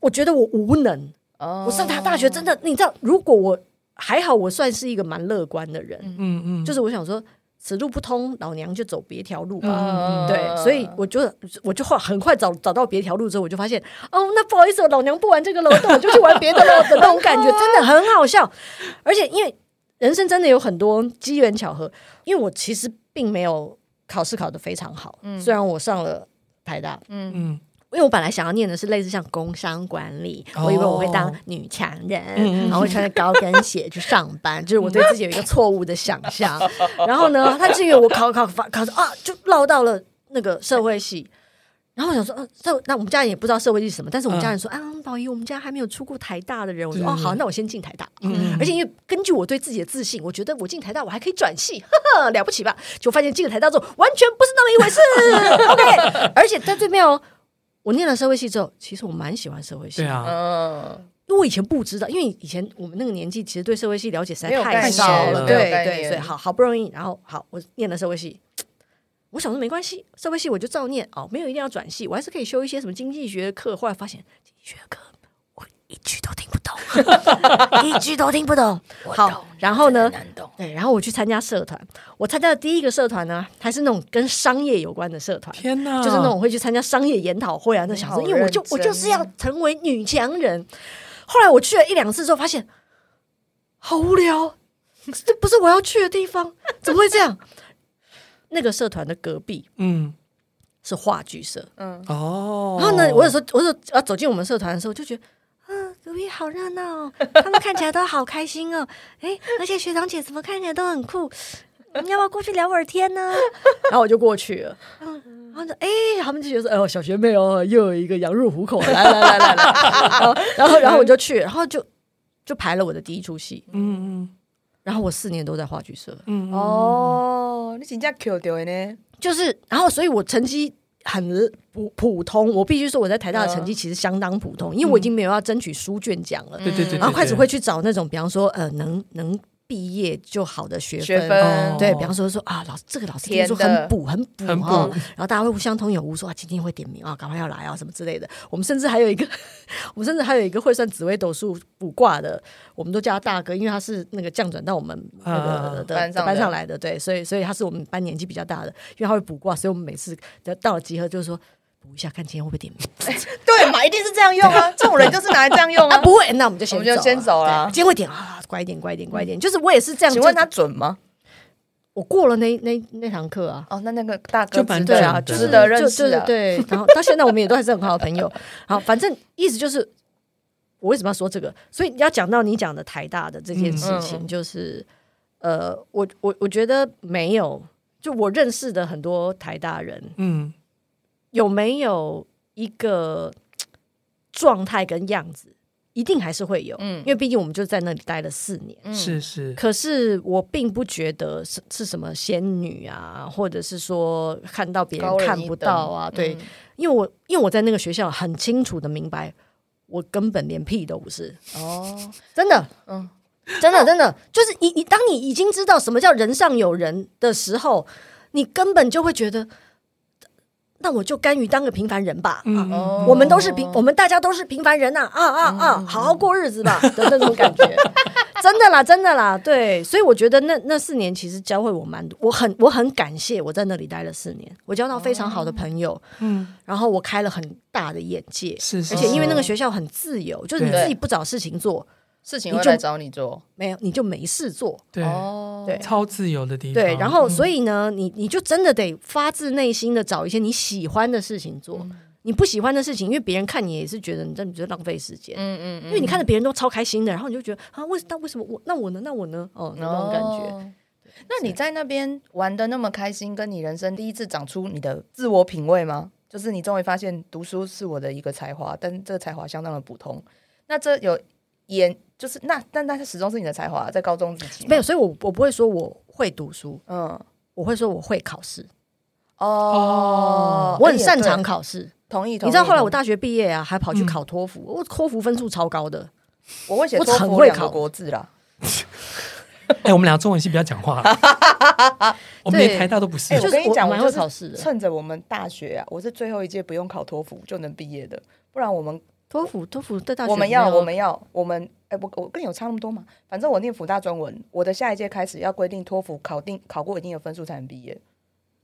S4: 我觉得我无能，我
S3: 我
S4: 上台大学真的，你知道，如果我还好，我算是一个蛮乐观的人，
S2: 嗯嗯，
S4: 就是我想说，此路不通，老娘就走别条路吧。
S2: 嗯
S4: 对，所以我就我就后很快找找到别条路之后，我就发现哦，那不好意思，老娘不玩这个了，我我就去玩别的了的那种感觉，真的很好笑。而且因为人生真的有很多机缘巧合，因为我其实并没有考试考得非常好，虽然我上了台大，
S2: 嗯
S4: 因为我本来想要念的是类似像工商管理，
S2: 哦
S4: 我以为我会当女强人，
S2: 嗯
S4: 然后会穿着高跟鞋去上 班，就是我对自己有一个错误的想象。 然后呢，他至于我考考考考啊，就落到了那个社会系。然后我想说，呃、社那我们家人也不知道社会系是什么，但是我们家人
S2: 嗯
S4: 说、啊，宝仪，我们家还没有出过台大的人。我说
S2: 对
S4: 哦，好，那我先进台大。
S2: 嗯
S4: 而且因为根据我对自己的自信，我觉得我进台大我还可以转系，呵呵，了不起吧？就发现进了台大之后，完全不是那么一回事。OK，而且 但最妙哦，我念了社会系之后，其实我蛮喜欢社会系，
S2: 对，啊，
S3: 嗯，
S4: 因为我以前不知道，因为以前我们那个年纪，其实对社会系了解实
S3: 没
S4: 在
S3: 有概
S4: 太
S3: 念
S4: 少了，
S2: 没有
S4: 对
S3: 概
S4: 对，
S3: 念
S4: 所以好好不容易，然后好，我念了社会系。我想说没关系，社会系我就照念哦，没有一定要转系，我还是可以修一些什么经济学的课。后来发现经济学课我一句都听不懂， 一句都听不懂。好，然后呢，
S3: 难懂。
S4: 对，然后我去参加社团，我参加的第一个社团呢，还是那种跟商业有关的社团，
S2: 天哪，
S4: 就是那种会去参加商业研讨会啊，那
S3: 你
S4: 想
S3: 好
S4: 说，因为我就
S3: 认
S4: 我
S3: 真啊
S4: 就是要成为女强人。后来我去了一两次之后，发现好无聊，这不是我要去的地方，怎么会这样？ 那个社团的隔壁
S2: 嗯
S4: 是话剧社，
S3: 嗯，
S2: 哦，
S4: 然后呢，我有时候我有时候要走进我们社团的时候，就觉得。嗯，隔壁好热闹 哦，他们看起来都好开心哦。哎，而且学长姐怎么看起来都很酷，我们要不要过去聊会儿天呢？ 然后我就过去了。嗯，然后就哎，他们就觉得说，哎呦，小学妹哦，又有一个羊入虎口，来 来来来来。然后，然后，然后我就去，然后就就排了我的第一出戏。
S2: 嗯嗯
S4: 然后我四年都在话剧社，
S2: 嗯嗯
S3: 哦，你请假 Q 掉的呢？
S4: 就是，然后所以我成绩很普普通，我必须说我在台大的成绩其实相当普通，因为我已经没有要争取书卷奖了。
S2: 对对对，
S3: 嗯
S2: 对
S4: 然后开始
S2: 对
S4: 会去找那种，比方说呃，能能毕业就好的学分。
S3: 学
S2: 哦
S3: 分
S4: 对，比方说说啊，老师这个老师听
S3: 甜
S4: 说
S3: 的
S4: 很补，很补
S2: 很
S4: 哦
S2: 补
S4: 然后大家会互相通有无，说啊，今天会点名啊，赶快要来啊，什么之类的。我们甚至还有一个， 我们甚至还有一个会算紫微斗数卜卦的，我们都叫他大哥，因为他是那个降转到我们那
S2: 啊
S4: 个的
S3: 班上的
S4: 班上来的，对，所以所以他是我们班年纪比较大的，因为他会卜卦，所以我们每次到了集合就是说补一下，看今天会不会点名。
S3: 对嘛，一定是这样用啊！这种人就是拿来这样用
S4: 啊，
S3: 啊。
S4: 不会，那我们就先
S3: 我们就先走了嗯
S4: 对今天会点啊，乖一点，乖一点，乖一点。就是我也是这样。
S3: 请问
S4: 就
S3: 他准吗？
S4: 我过了那那那堂课啊。
S3: 哦，那那个大哥
S2: 就蛮
S3: 值
S4: 对
S3: 得
S4: 啊，
S2: 准的
S4: 就是
S3: 值得认识
S4: 就
S3: 啊
S4: 就。对。然后到现在我们也都还是很好的 朋友。好，反正意思就是，我为什么要说这个？所以要讲到你讲的台大的这件事情，
S3: 嗯
S4: 就是呃，我我我觉得没有，就我认识的很多台大人，
S2: 嗯
S4: 有没有一个状态跟样子，一定还是会有。
S3: 嗯
S4: 因为毕竟我们就在那里待了四年。
S3: 嗯
S2: 是是
S4: 可是我并不觉得是是什么仙女啊，或者是说看到别人
S3: 高人
S4: 看
S3: 一
S4: 不
S3: 等
S4: 到啊，对，
S3: 嗯
S4: 因为我因为我在那个学校很清楚的明白，我根本连屁都不是，
S3: 哦，
S4: 真的，
S3: 嗯，
S4: 真的真的，就是你你当你已经知道什么叫人上有人的时候，你根本就会觉得，那我就甘于当个平凡人吧，啊，
S2: 嗯
S3: 哦
S4: 我们都是平，我们大家都是平凡人呐、啊，啊啊啊，好好过日子吧 的那种感觉，真的啦，真的啦，对，所以我觉得那那四年其实教会我蛮多，我很我很感谢我在那里待了四年，我交到非常好的朋友，
S2: 嗯
S4: 然后我开了很大的眼界，
S2: 是是，
S4: 而且因为那个
S2: 是
S4: 学校很自由，就是你
S2: 对
S4: 自己不找事情做，
S3: 事情
S4: 你
S3: 会
S4: 就
S3: 来找你做
S4: 没有你就没事做，
S2: 对
S3: 哦，
S4: 对
S2: 超自由的地方，
S4: 对，
S3: 啊
S4: 然
S3: 嗯
S4: 后所以呢，你你就真的得发自内心的找一些你喜欢的事情做。
S3: 嗯
S4: 你不喜欢的事情，因为别人看你也是觉得你在你就浪费时间，
S3: 嗯嗯嗯，
S4: 因为你看着别人都超开心的，然后你就觉得啊，为那为什么我那我呢？那我呢？哦，那种感觉。
S3: 哦那你在那边玩的那么开心，跟你人生第一次长出你的自我品味吗？就是你终于发现读书是我的一个才华，但这个才华相当的普通。那这有演就是那，但但它始终是你的才华，在高中自己
S4: 没有，，所以我我不会说我会读书，
S3: 嗯，
S4: 我会说我会考试，
S3: 哦，
S4: 我很
S3: 哎也
S4: 擅长
S3: 对，
S4: 考试。
S3: 同意。
S4: 你知道
S3: 同意
S4: 后来我
S3: 同
S4: 大学毕业啊，还跑去
S2: 嗯
S4: 考托福，我托福分数超高的，
S3: 意我会写
S4: 我
S3: 托
S4: 很
S3: 福
S4: 会
S3: 两
S4: 考
S3: 个国字啦，
S2: 哎，我们俩中文系不要讲 话，我们连台大都不是哦
S3: 哎，
S4: 就
S3: 我
S4: 是
S3: 跟你讲
S4: 我蛮
S3: 我
S4: 会
S3: 就是
S4: 考试的。
S3: 趁着我们大学啊，我是最后一届不用考托福就能毕业的，不然我们
S4: 托福，托福对大学
S3: 我们要，
S4: 没有
S3: 我们要，我们，哎、我我跟你有差那么多吗？反正我念福大中文，我的下一届开始要规定托福考定考过一定的分数才能毕业。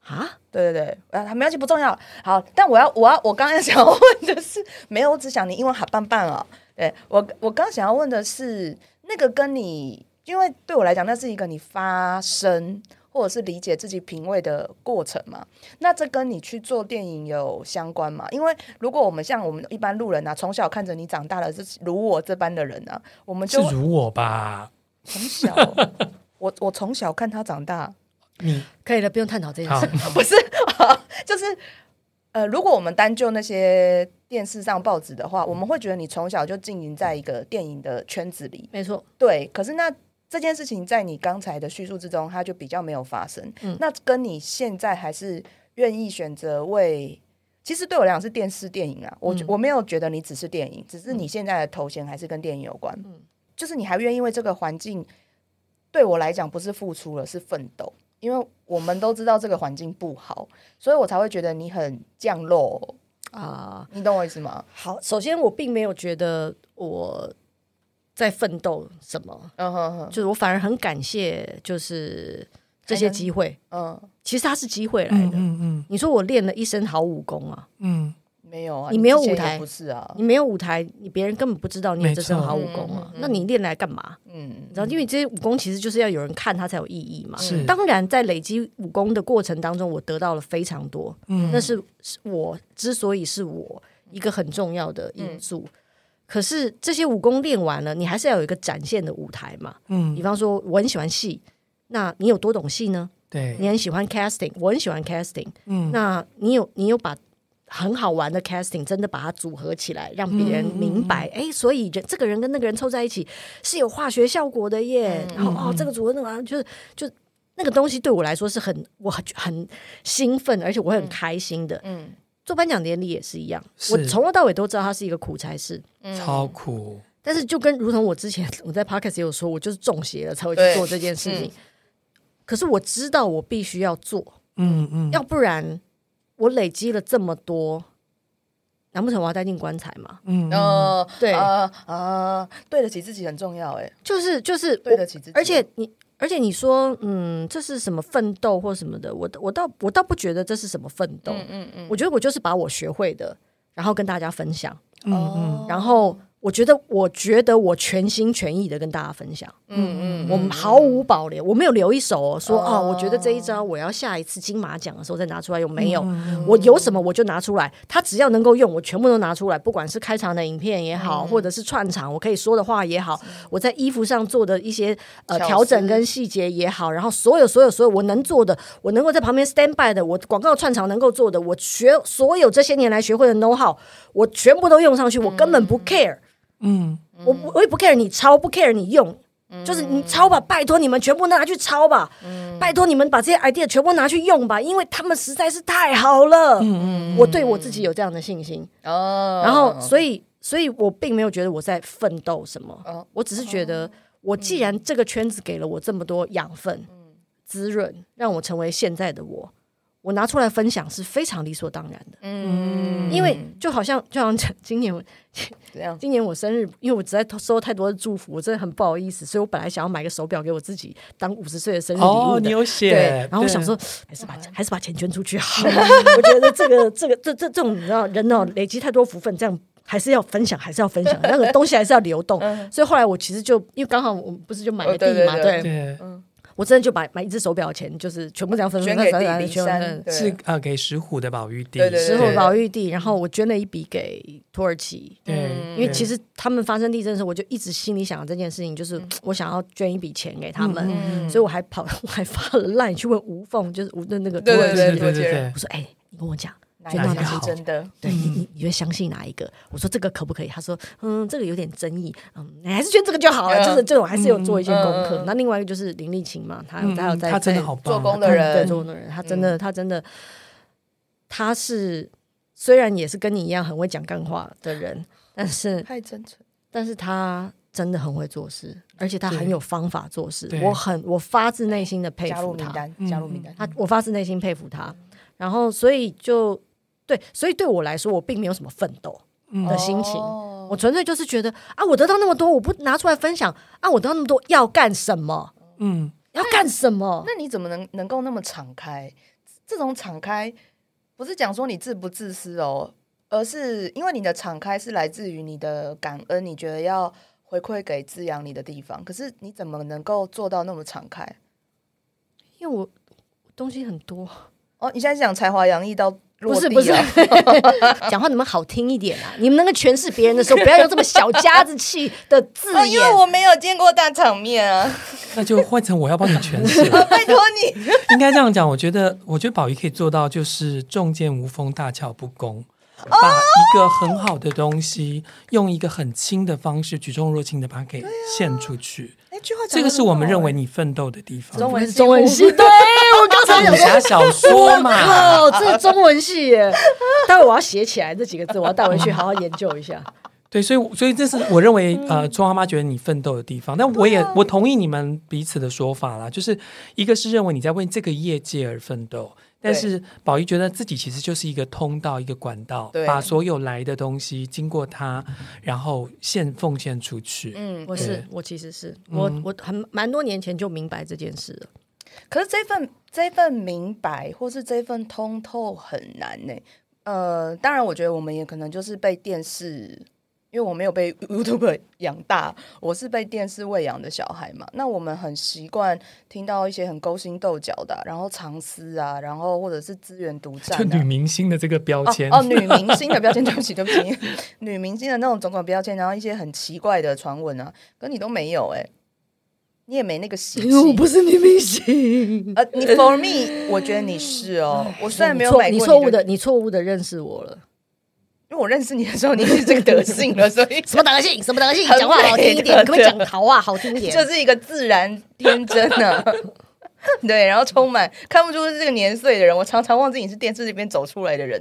S4: 啊，
S3: 对对对，呃、啊，没关系，不重要。好，但我要，我要，我刚刚想要问的是，没有，我只想你英文好棒棒哦。对我，我刚想要问的是，那个跟你，因为对我来讲，那是一个你发声或者是理解自己品味的过程嘛。那这跟你去做电影有相关吗？因为如果我们像我们一般路人啊，从小看着你长大的，这如我这般的人啊，我们
S2: 是
S3: 就会
S2: 如我吧？
S3: 从小，我我从小看他长大，
S2: 你
S4: 可以了，不用探讨这件
S2: 好
S4: 事。，
S3: 不是，就是呃，如果我们单就那些电视上报纸的话，我们会觉得你从小就经营在一个电影的圈子里，
S4: 没错，
S3: 对。可是那这件事情在你刚才的叙述之中，它就比较没有发生。
S4: 嗯
S3: 那跟你现在还是愿意选择为。其实对我来讲是电视电影啊，我、
S4: 嗯
S3: 我没有觉得你只是电影，只是你现在的头衔还是跟电影有关。
S4: 嗯
S3: 就是你还愿意为这个环境，对我来讲不是付出了，是奋斗。因为我们都知道这个环境不好，所以我才会觉得你很降落，
S4: 啊、
S3: 你懂我意思吗？
S4: 好，首先我并没有觉得我在奋斗什么，
S3: 嗯哼哼，
S4: 就是我反而很感谢，就是这些机会。
S3: 嗯，
S4: 其实它是机会来
S2: 嗯
S4: 的。
S2: 嗯嗯
S4: 你说我练了一身好武功啊，
S2: 嗯，
S3: 没有啊，
S4: 你没有
S3: 之前
S4: 舞台
S3: 也不是啊
S4: 你，没有舞台，你别人根本不知道你有这身好武功
S3: 没错
S4: 啊
S3: 嗯。嗯
S4: 那你练来干嘛？
S3: 嗯
S4: 你知道，因为这些武功其实就是要有人看它才有意义嘛。
S2: 是
S4: 当然，在累积武功的过程当中，我得到了非常多，
S2: 嗯
S4: 那是是我之所以是我一个很重要的因素。可是这些武功练完了，你还是要有一个展现的舞台嘛。比
S2: 嗯，
S4: 方说，我很喜欢戏，那你有多懂戏呢？
S2: 对，
S4: 你很喜欢 casting，我很喜欢 casting，
S2: 嗯
S4: 那你有你有把很好玩的 casting 真的把它组合起来，让别人明
S3: 嗯
S4: 白，哎、所以人这个人跟那个人凑在一起是有化学效果的耶。
S3: 嗯
S4: 然后哦，这个组合那个啊就是就那个东西对我来说是很我很很兴奋，而且我很开心的。
S3: 嗯
S4: 做颁奖典礼也是一样，
S2: 是
S4: 我从头到尾都知道它是一个苦差事。
S3: 嗯
S2: 超苦，
S4: 但是就跟如同我之前我在 podcast 也有说，我就是中邪了才会去
S3: 对嗯
S4: 做这件事情。可是我知道我必须要做，
S2: 嗯嗯，
S4: 要不然我累积了这么多，难不成我要带进棺材吗？
S2: 嗯嗯
S3: 呃
S4: 对
S3: 呃呃，对得起自己很重要哎，
S4: 就是就是
S3: 对
S4: 我，
S3: 得起自己，
S4: 而且你。而且你说，嗯，这是什么奋斗或什么的，我我倒我倒不觉得这是什么奋斗，
S3: 嗯嗯嗯
S4: 我觉得我就是把我学会的，然后跟大家分享，
S2: 嗯
S3: 哦
S2: 嗯，
S4: 然后我觉得我觉得我全心全意的跟大家分享，
S3: 嗯嗯，
S4: 我毫无保留，我没有留一手哦，说
S3: 哦
S4: 哦，我觉得这一招我要下一次金马奖的时候再拿出来，有没有？
S2: 嗯
S4: 我有什么我就拿出来，他只要能够用，我全部都拿出来，不管是开场的影片也
S3: 嗯
S4: 好，或者是串场我可以说的话也好，我在衣服上做的一些呃
S3: 巧思
S4: 调整跟细节也好，然后所有所有所有我能做的，我能够在旁边 stand by 的，我广告串场能够做的，我学所有这些年来学会的 know how，我全部都用上去，我根本不 care，、
S2: 嗯
S4: 我不我也不 care 你抄，不 care 你用。就是你抄吧，拜托你们全部拿去抄吧，拜托你们把这些 idea 全部拿去用吧，因为他们实在是太好了。
S2: 嗯
S4: 我对我自己有这样的信心，
S3: 哦，
S4: 然后所以，所以我并没有觉得我在奋斗什么，
S3: 哦
S4: 我只是觉得，我既然这个圈子给了我这么多养分、滋润，让我成为现在的我，我拿出来分享是非常理所当然的。
S3: 嗯
S4: 因为就好像就好像今年我
S3: 这样
S4: 今年我生日，因为我实在收到太多的祝福，我真的很不好意思，所以我本来想要买个手表给我自己当五十岁的生日礼物
S2: 哦，
S4: 的
S2: 你。有写，
S4: 对，然后我想说，还是把还是把钱捐出去好。我觉得这个这个这这这种你知道，人哦累积太多福分，这样还是要分享，还是要分享，那个东西还是要流动。所以后来我其实就因为刚好我们不是就买了
S3: 嗯哦对
S4: 地嘛，
S3: 对对
S2: 对，
S4: 嗯我真的就把买一只手表的钱就是全部这样分分
S3: 捐给
S4: 分
S3: 弟
S4: 分
S3: 弟
S4: 全
S3: 山，
S4: 分。
S3: 对
S2: 是啊，给石虎的保育地，
S3: 对对
S4: 之
S3: 对
S4: 后
S3: 对
S4: 保育地，然后我捐了一笔给土耳其。
S2: 对，
S3: 嗯
S4: 因为其
S2: 实
S4: 实他们发生地震的时候，我就一直心里想这件事情，就是我想要捐一笔钱给他们，
S3: 嗯
S4: 所以我还跑， 我还发了烂去问吴凤，就是吴的那个土
S3: 对
S4: 耳
S3: 对
S4: 其
S2: 对
S4: 人
S2: 对
S3: 对
S2: 对
S4: 我，说：“哎、你跟我讲，
S3: 哪
S4: 捐到
S3: 一
S2: 哪
S3: 个
S2: 里
S3: 是
S2: 好
S3: 真的？
S4: 对你你你会相信哪一个？”我说：“这个可不可以？”他说：“嗯，这个有点争议，嗯，你还是捐这个就好了。
S3: 嗯
S4: 就是这种还是有做一些功课。
S3: 嗯嗯嗯
S4: 那另外一个就是林立琴嘛，她有
S2: 嗯
S4: 她有在
S2: 他真的
S4: 在
S2: 好棒，
S3: 做工的
S4: 她
S3: 人嗯
S4: 对做工的人，她啊真的她真的她是虽然也是跟你一样很会讲干话的人，但是
S3: 太真诚，
S4: 但是她。真的很会做事，而且她很
S2: 对
S4: 有方法做事
S2: 对。
S4: 我很，我发自内心的佩
S3: 加入
S4: 服她。
S3: 名单，
S2: 嗯
S3: 加入名单。
S4: 他我发自内心佩服他，然后所以就对，所以对我来说，我并没有什么奋斗
S2: 嗯
S4: 的心情，
S3: 哦
S4: 我纯粹就是觉得啊，我得到那么多，我不拿出来分享啊，我得到那么多要干什么？
S2: 嗯，
S4: 要干什么？
S3: 那你怎么能能够那么敞开？这种敞开不是讲说你自不自私哦，而是因为你的敞开是来自于你的感恩，你觉得要回馈给滋养你的地方。可是你怎么能够做到那么敞开？
S4: 因为我东西很多，
S3: 哦，你现在是讲才华洋溢到落
S4: 不是
S3: 地
S4: 不是
S3: 啊
S4: 讲话你们好听一点啊！你们能够诠释别人的时候，不要用这么小家子气的字
S3: 哦，因
S4: 眼。
S3: 为我没有见过大场面啊，
S2: 那就换成我要帮你诠释了。
S3: 拜托你。
S2: 应该这样讲，我觉得，我觉得宝仪可以做到，就是重剑无锋，大巧不工，
S3: 哦
S2: 把一个很好的东西，用一个很轻的方式，举重若轻的把它给献出去。
S3: 哎，句话啊讲得
S2: 这个是
S3: 很
S2: 我
S3: 好
S2: 们认
S3: 哎
S2: 为你奋斗的地方。
S3: 中文系
S4: 哦中文系，对我刚才
S2: 武
S4: 想
S2: 侠小
S4: 说，
S2: 说嘛，
S4: 靠，这是中文系耶！ 待会我要写起来这几个字，我要带回去好好研究一下。
S2: 对，所以所以这是我认为
S3: 嗯
S2: 呃，春花妈觉得你奋斗的地方。但我也
S3: 啊
S2: 我同意你们彼此的说法啦，就是一个是认为你在为这个业界而奋斗，但
S3: 对
S2: 是宝仪觉得自己其实就是一个通道，一个管道
S3: 对，
S2: 把所有来的东西经过它，然后献奉献出去。
S3: 嗯，
S4: 我是我其实是我我很蛮多年前就明白这件事 了。
S3: 可是这份这份明白，或是这份通透很难呢、呃，当然，我觉得我们也可能就是被电视，因为我没有被 YouTube 养大，我是被电视喂养的小孩嘛。那我们很习惯听到一些很勾心斗角的啊、然后藏私啊，然后或者是资源独占、
S2: 就
S3: 啊，
S2: 女明星的这个标签
S3: 哦哦，女明星的标签，对不起，对不起， 女明星的那种种种标签，然后一些很奇怪的传闻啊，可你都没有哎、你也没那个习
S4: 哎
S3: 气。
S4: 是女明 星。
S3: 呃，你 for me，我觉得你是哦。我虽然没有买过
S4: 哎你
S3: 你
S4: 错误
S3: 的，
S4: 的，你错误的认识我了。
S3: 因为我认识你的时候你是这个德性了， 所以
S4: 什么德性？什么德性？
S3: 很
S4: 讲话好听
S3: 美
S4: 一
S3: 的
S4: 点， 可不可以
S3: 对
S4: 讲好话好听一 点？
S3: 就是一个自然天真呢、啊。 对，然后充满看不出是这个年岁的人，我常常忘记你是电视里边走出来的人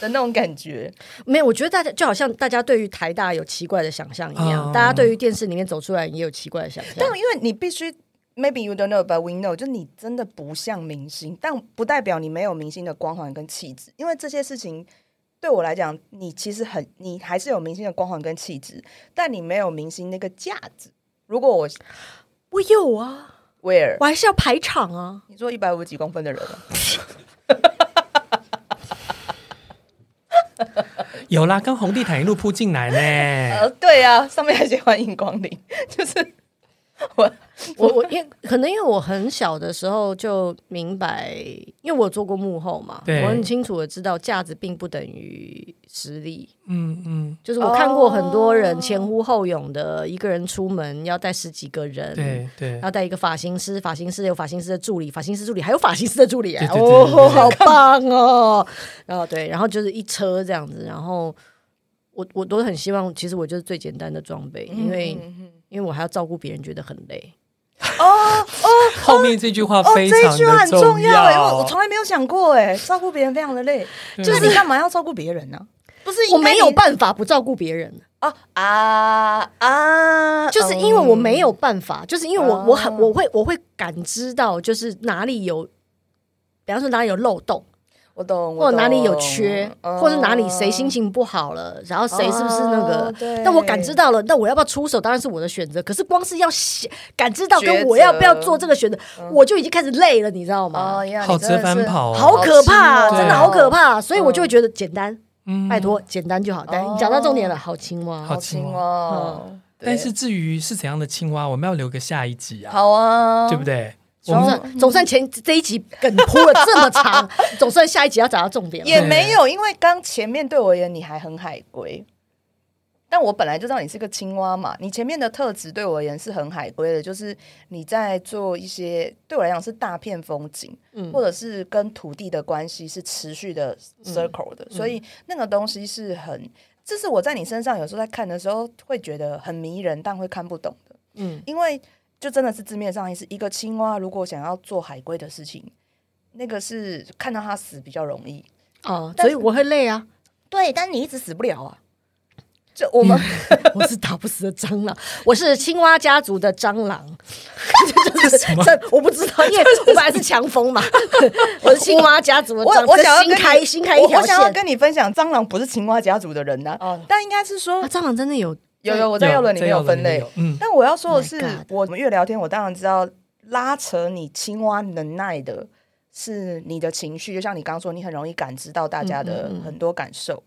S3: 的那种感觉。
S4: 没有，我觉得大家就好像大家对于台大有奇怪的想象一样，
S2: 哦
S4: 大家对于电视里面走出来也有奇怪的想象。
S3: 但因为你必须，maybe you don't know but we know，就你真的不像明星，但不代表你没有明星的光环跟气质，因为这些事情。对我来讲，你其实很，你还是有明星的光环跟气质，但你没有明星那个价值。如果我
S4: 我有啊，
S3: where
S4: 我还是要排场啊。
S3: 你说一百五几公分的人吗？
S2: 有啦，跟红地毯一路扑进来呢
S3: 呃。，对啊，上面还写欢迎光临， 就是我
S4: 我我因为可能因为我很小的时候就明白，因为我做过幕后嘛，
S2: 对
S4: 我很清楚的知道价值并不等于实力。
S2: 嗯嗯，
S4: 就是我看过很多人
S3: 哦
S4: 前呼后拥的，一个人出门要带十几个人，
S3: 嗯
S2: 对对
S4: 然后带一个发型师，发型师有发型师的助理，发型师助理还有发型师的助理、哎
S2: 对对对对对
S4: 哦，好棒哦！然后对，然后就是一车这样子，然后我我都很希望，其实我就是最简单的装备，因为、因为我还要照顾别人，觉得很累。
S2: 后面这句话
S3: 哦，
S2: 非
S3: 这一
S2: 常
S3: 句话
S2: 的
S3: 很重要哎、我我
S2: 要。
S3: 从来没有想过哎、照顾别人非常的累，就是你干嘛要照顾别人呢、不是应该
S4: 我没有
S3: 你
S4: 办法不照顾别人，
S3: 哦啊啊，
S4: 就是因为我没有办法，就是因为
S3: 哦
S4: 我我很我会我会感知到，就是哪里有，比方说哪里有漏洞。
S3: 嗯我懂，
S4: 或
S3: 我懂
S4: 者哪里有缺，
S3: 嗯
S4: 或者哪里谁心情不好了，然后谁是不是那个
S3: 哦？对
S4: 那我感知到了，那我要不要出手？当然是我的选择。可是光是要想感知到
S3: 抉
S4: 跟
S3: 择嗯
S4: 我要不要做这个选择，我就已经开始累了，你知道吗
S3: 哦？呀，
S2: 好
S3: 你真
S2: 折
S3: 的
S2: 返
S3: 是
S2: 跑哦
S4: 好可怕，
S3: 好
S2: 哦
S4: 真的好可怕。所以
S3: 嗯
S4: 我就会觉得简单，
S2: 嗯
S4: 拜托，简单就好。但
S3: 哦
S4: 你讲到重点了，好青蛙，
S2: 好
S3: 好轻
S2: 轻
S3: 哦。对
S2: 但是至于是怎样的青蛙，我们要留个下一集啊，
S3: 好啊，
S2: 对不？对？我
S4: 总
S3: 哦嗯
S2: 们
S4: 算总算前这一集梗铺了这么 长，总算下一集要找到重点了。
S3: 也没有，因为刚前面对我而言你还很海龟，但我本来就知道你是个青蛙嘛。你前面的特质对我而言是很海龟的，就是你在做一些对我来讲是大片风景，
S4: 嗯
S3: 或者是跟土地的关系是持续的
S4: 嗯
S3: circle 的，所以那个东西是很，这是我在你身上有时候在看的时候会觉得很迷人，但会看不懂的。
S4: 嗯，
S3: 因为就真的是字面上意思，一个青蛙如果想要做海龟的事情，那个是看到它死比较容易。
S4: 哦，
S3: 但
S4: 所
S3: 是
S4: 以我会累啊。
S3: 对，但你一直死不了啊。就我们
S4: 我是打不死的蟑螂，我是青蛙家族的蟑螂。 这我不知道，因为我本来是强 风嘛，我是青蛙家族 的
S3: 我
S4: 蟑螂。
S3: 我想要
S4: 这
S3: 跟
S4: 新开
S3: 你
S4: 新开一
S3: 我
S4: 条
S3: 我想要
S4: 线。
S3: 跟你分享，蟑螂不是青蛙家族的人呐、
S4: 哦
S3: 但应该是说
S4: 啊，蟑螂真的有
S3: 有有我在药轮里
S2: 在
S3: 面有分类
S2: 药，轮里面有嗯，
S3: 但我要说的是
S4: Oh My God，
S3: 我们越聊天，我当然知道拉扯你青蛙能耐的是你的情绪，就像你刚说，你很容易感知到大家的
S4: 嗯嗯嗯
S3: 很多感受，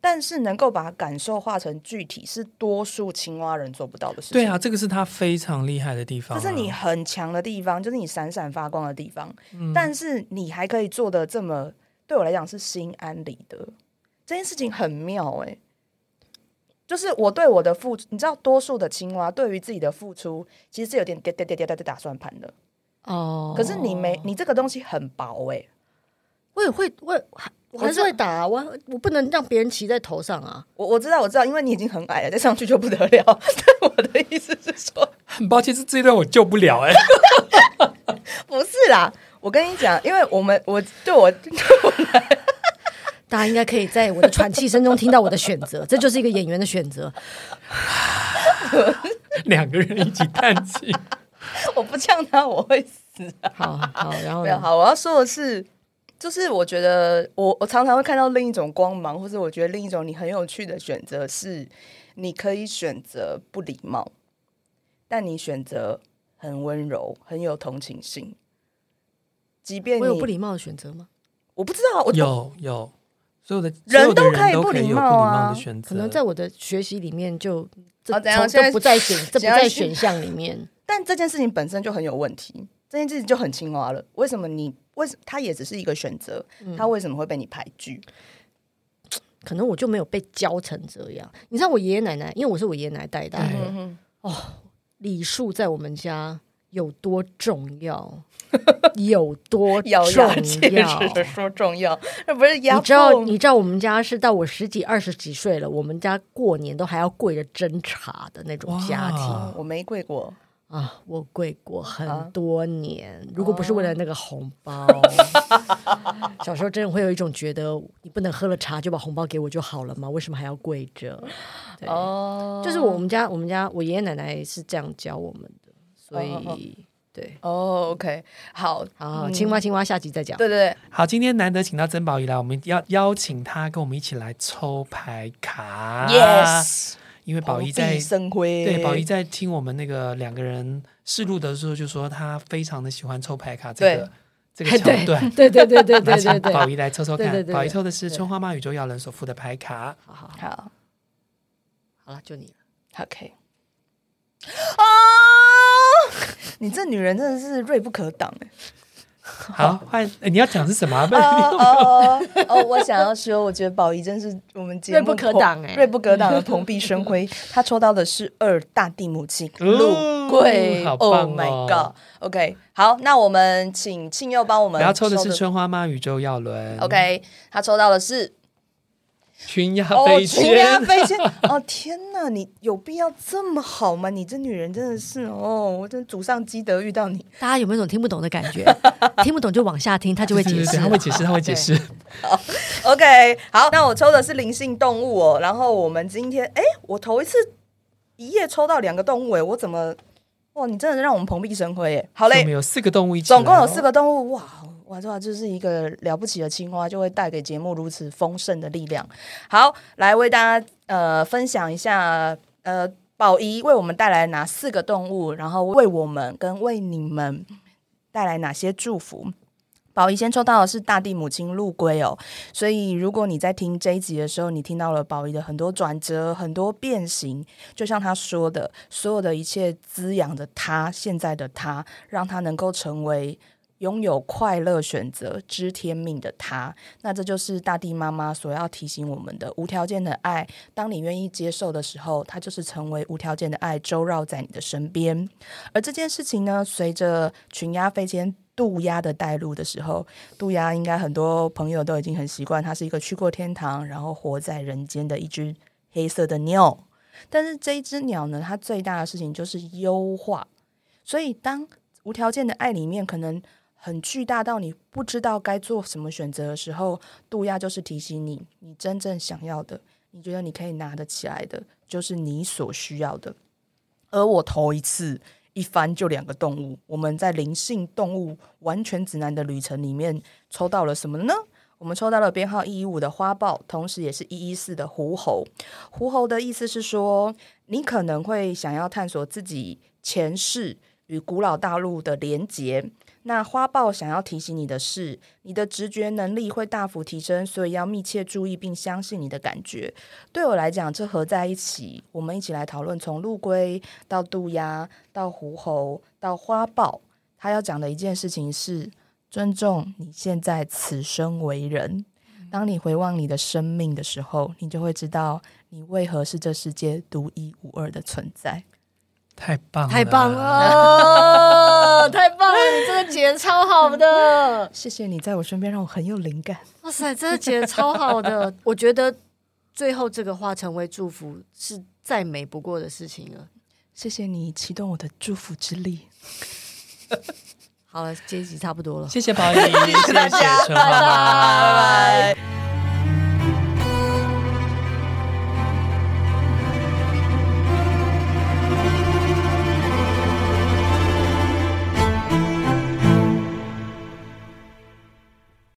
S3: 但是能够把感受化成具体，是多数青蛙人做不到的事情。
S2: 对啊，，这个是他非常厉害的地方、
S3: 这
S2: 啊，
S3: 是你很强的地方，就是你闪闪发光的地方，但是你还可以做的这么，对我来讲是心安理得，这件事情很妙哎、就是我对我的付出，你知道，多数的青蛙对于自己的付出，其实是有点跌跌跌跌跌打算盘的。
S4: 哦
S3: 可是你没，你这个东西很薄哎、
S4: 我也会，我也我还是会打啊，我我不能让别人骑在头上啊。
S3: 我我知道，我知道，因为你已经很矮了，再上去就不得了。 但我的意思是说，
S2: 很抱歉，这这一段我救 不了哎、
S3: 不是啦，我跟你讲，因为我们我对我
S4: 大家应该可以在我的喘气声中听到我的选择，这就是一个演员的选择。
S2: 两个人一起叹气，
S3: 我不呛他，我会
S4: 好好，然后
S3: 没有
S4: 呢？
S3: 好，我要说的是，就是我觉得我我常常会看到另一种光芒，或者我觉得另一种你很有趣的选择是，你可以选择不礼貌，但你选择很温柔，很有同情心。即便
S4: 我有
S3: 你
S4: 不礼貌的选择吗？
S3: 我不知 道，我
S2: 有有，所有的
S3: 人
S2: 所有的
S3: 都可以
S2: 人
S3: 不礼
S2: 有不礼
S3: 貌
S2: 貌
S3: 啊
S2: 的选择，
S4: 可能在我的学习里面就这
S3: 哦怎样
S4: 从
S3: 现在
S4: 这不在选，这不
S3: 现在
S4: 在
S3: 是
S4: 选项里面。
S3: 但这件事情本身就很有问题，这件事情就很青蛙了。为什么你为什他也只是一个选择，
S4: 嗯
S3: 他为什么会被你排拒？
S4: 可能我就没有被教成这样。你知道我爷爷奶奶，因为我是我爷爷奶奶带大的，
S2: 嗯
S3: 哼
S4: 礼数在我们家有多重要，有 多重
S3: 咬牙切
S4: 要。
S3: 齿的说重要，那不是压
S4: 你知道，
S3: 迫
S4: 你知道我们家是到我十几、二十几岁了，我们家过年都还要跪着斟茶的那种家庭
S2: 哇
S3: 我没跪过。
S4: 啊！我跪过
S3: 啊
S4: 很多年，如果不是为了
S3: 哦
S4: 那个红 包，小时候真的会有一种觉得，你不能喝了茶就把红包给我就好了吗？为什么还要跪着？对，
S3: 哦
S4: 就是我们家，我们家我爷爷奶奶是这样教我们的，所以、
S3: 哦哦哦
S4: 对，
S3: 哦，OK，好，
S4: 好，青蛙青蛙，下集再讲。
S3: 对对
S2: 好，今天难得请到珍宝仪来，我们要邀请他跟我们一起来抽牌卡。
S3: 对，Yes，
S2: 因为宝仪
S3: 蓬
S2: 在
S3: 荜生辉，
S2: 对宝仪在听我们那个两个人试录的时候，就说他非常的喜欢抽牌卡这个这个
S4: 对
S2: 桥段。
S4: 对对 对对
S2: 那
S4: 对对
S2: 请
S4: 对，
S2: 宝仪来抽抽
S4: 对对
S2: 看，
S4: 对
S2: 宝仪
S4: 对
S2: 抽的是春花妈宇宙耀人所附的牌卡。
S4: 好好
S3: 好
S4: 好了，就你了。
S3: ，OK，啊，你这女人真的是锐不可挡哎。
S2: 好，换呃你要讲是什么啊？不
S3: 哦
S2: 然 你
S3: 哦 哦哦！我想要说，我觉得宝仪真是我们节目
S4: 锐不可挡欸
S3: 蓬锐不可挡的蓬荜生 辉。他抽到的是二大地母亲
S2: 哦
S3: 陆贵
S2: 好
S3: ，Oh
S2: 棒
S3: my
S2: 哦
S3: God！OK，好，那我们请庆佑帮我们
S2: 然后抽的是
S3: 抽
S2: 春花妈宇宙耀伦。
S3: OK，他抽到的是
S2: 群鸦
S3: 哦，
S2: 飞
S3: 群鸦
S2: 仙。
S3: 飞仙！哦，天哪，你有必要这么好吗？你这女人真的是哦，我真祖上积德遇到你。
S4: 大家有没有种听不懂的感觉？ 听不懂就往下听，他就会
S2: 对
S4: 解
S2: 对
S4: 释
S2: 对，他
S4: 了。
S2: 会解释，他会解释。
S3: OK，好，那我抽的是灵性动物哦。然后我们今天，哎，我头一次一夜抽到两个动物，哎，我怎么？哇，你真的让我们蓬荜生辉，哎。好
S2: 我
S3: 嘞
S2: 们，有四个动物一起来哦，
S3: 总共有四个动物，哇哇哇，就是一个了不起的青蛙，就会带给节目如此丰盛的力量。好，来为大家呃分享一下呃宝仪为我们带来哪四个动物，然后为我们跟为你们带来哪些祝福。宝仪先抽到的是大地母亲陆龟哦，所以如果你在听这一集的时候，你听到了宝仪的很多转折、很多变形，就像他说的，所有的一切滋养着他现在的他，让他能够成为拥有快乐选择知天命的他。那这就是大地妈妈所要提醒我们的无条件的爱。当你愿意接受的时候，它就是成为无条件的爱，周绕在你的身边。而这件事情呢，随着群鸦飞迁。渡鸦的带路的时候，渡鸦应该很多朋友都已经很习惯，它是一个去过天堂，然后活在人间的一只黑色的鸟。但是这一只鸟呢，它最大的事情就是优化。所以，当无条件的爱里面，可能很巨大到你不知道该做什么选择的时候，渡鸦就是提醒你，你真正想要的，你觉得你可以拿得起来的，就是你所需要的。而我头一次一翻就两个动物，我们在灵性动物完全指南的旅程里面抽到了什么呢？我们抽到了编号一一五的花豹，同时也是一一四的狐猴。狐猴的意思是说，你可能会想要探索自己前世与古老大陆的连结。那花豹想要提醒你的是，你的直觉能力会大幅提升，所以要密切注意并相信你的感觉。对我来讲，这合在一起，我们一起来讨论从陆龟到渡鸦到狐猴到花豹，他要讲的一件事情是尊重你现在此生为人。当你回望你的生命的时候，你就会知道你为何是这世界独一无二的存在。
S2: 太棒了，
S4: 太棒！了， 太棒了！你真的解得超好的，
S3: 谢谢你在我身边，让我很有灵感。
S4: 哇塞，真的解得超好的。 我觉得最后这个化成为祝福是再美不过的事情了。
S3: 谢谢你启动我的祝福之力。
S4: 好了，这一集差不多了。
S2: 谢谢宝仪，谢谢陈
S3: 拜
S2: 浩。
S3: 拜。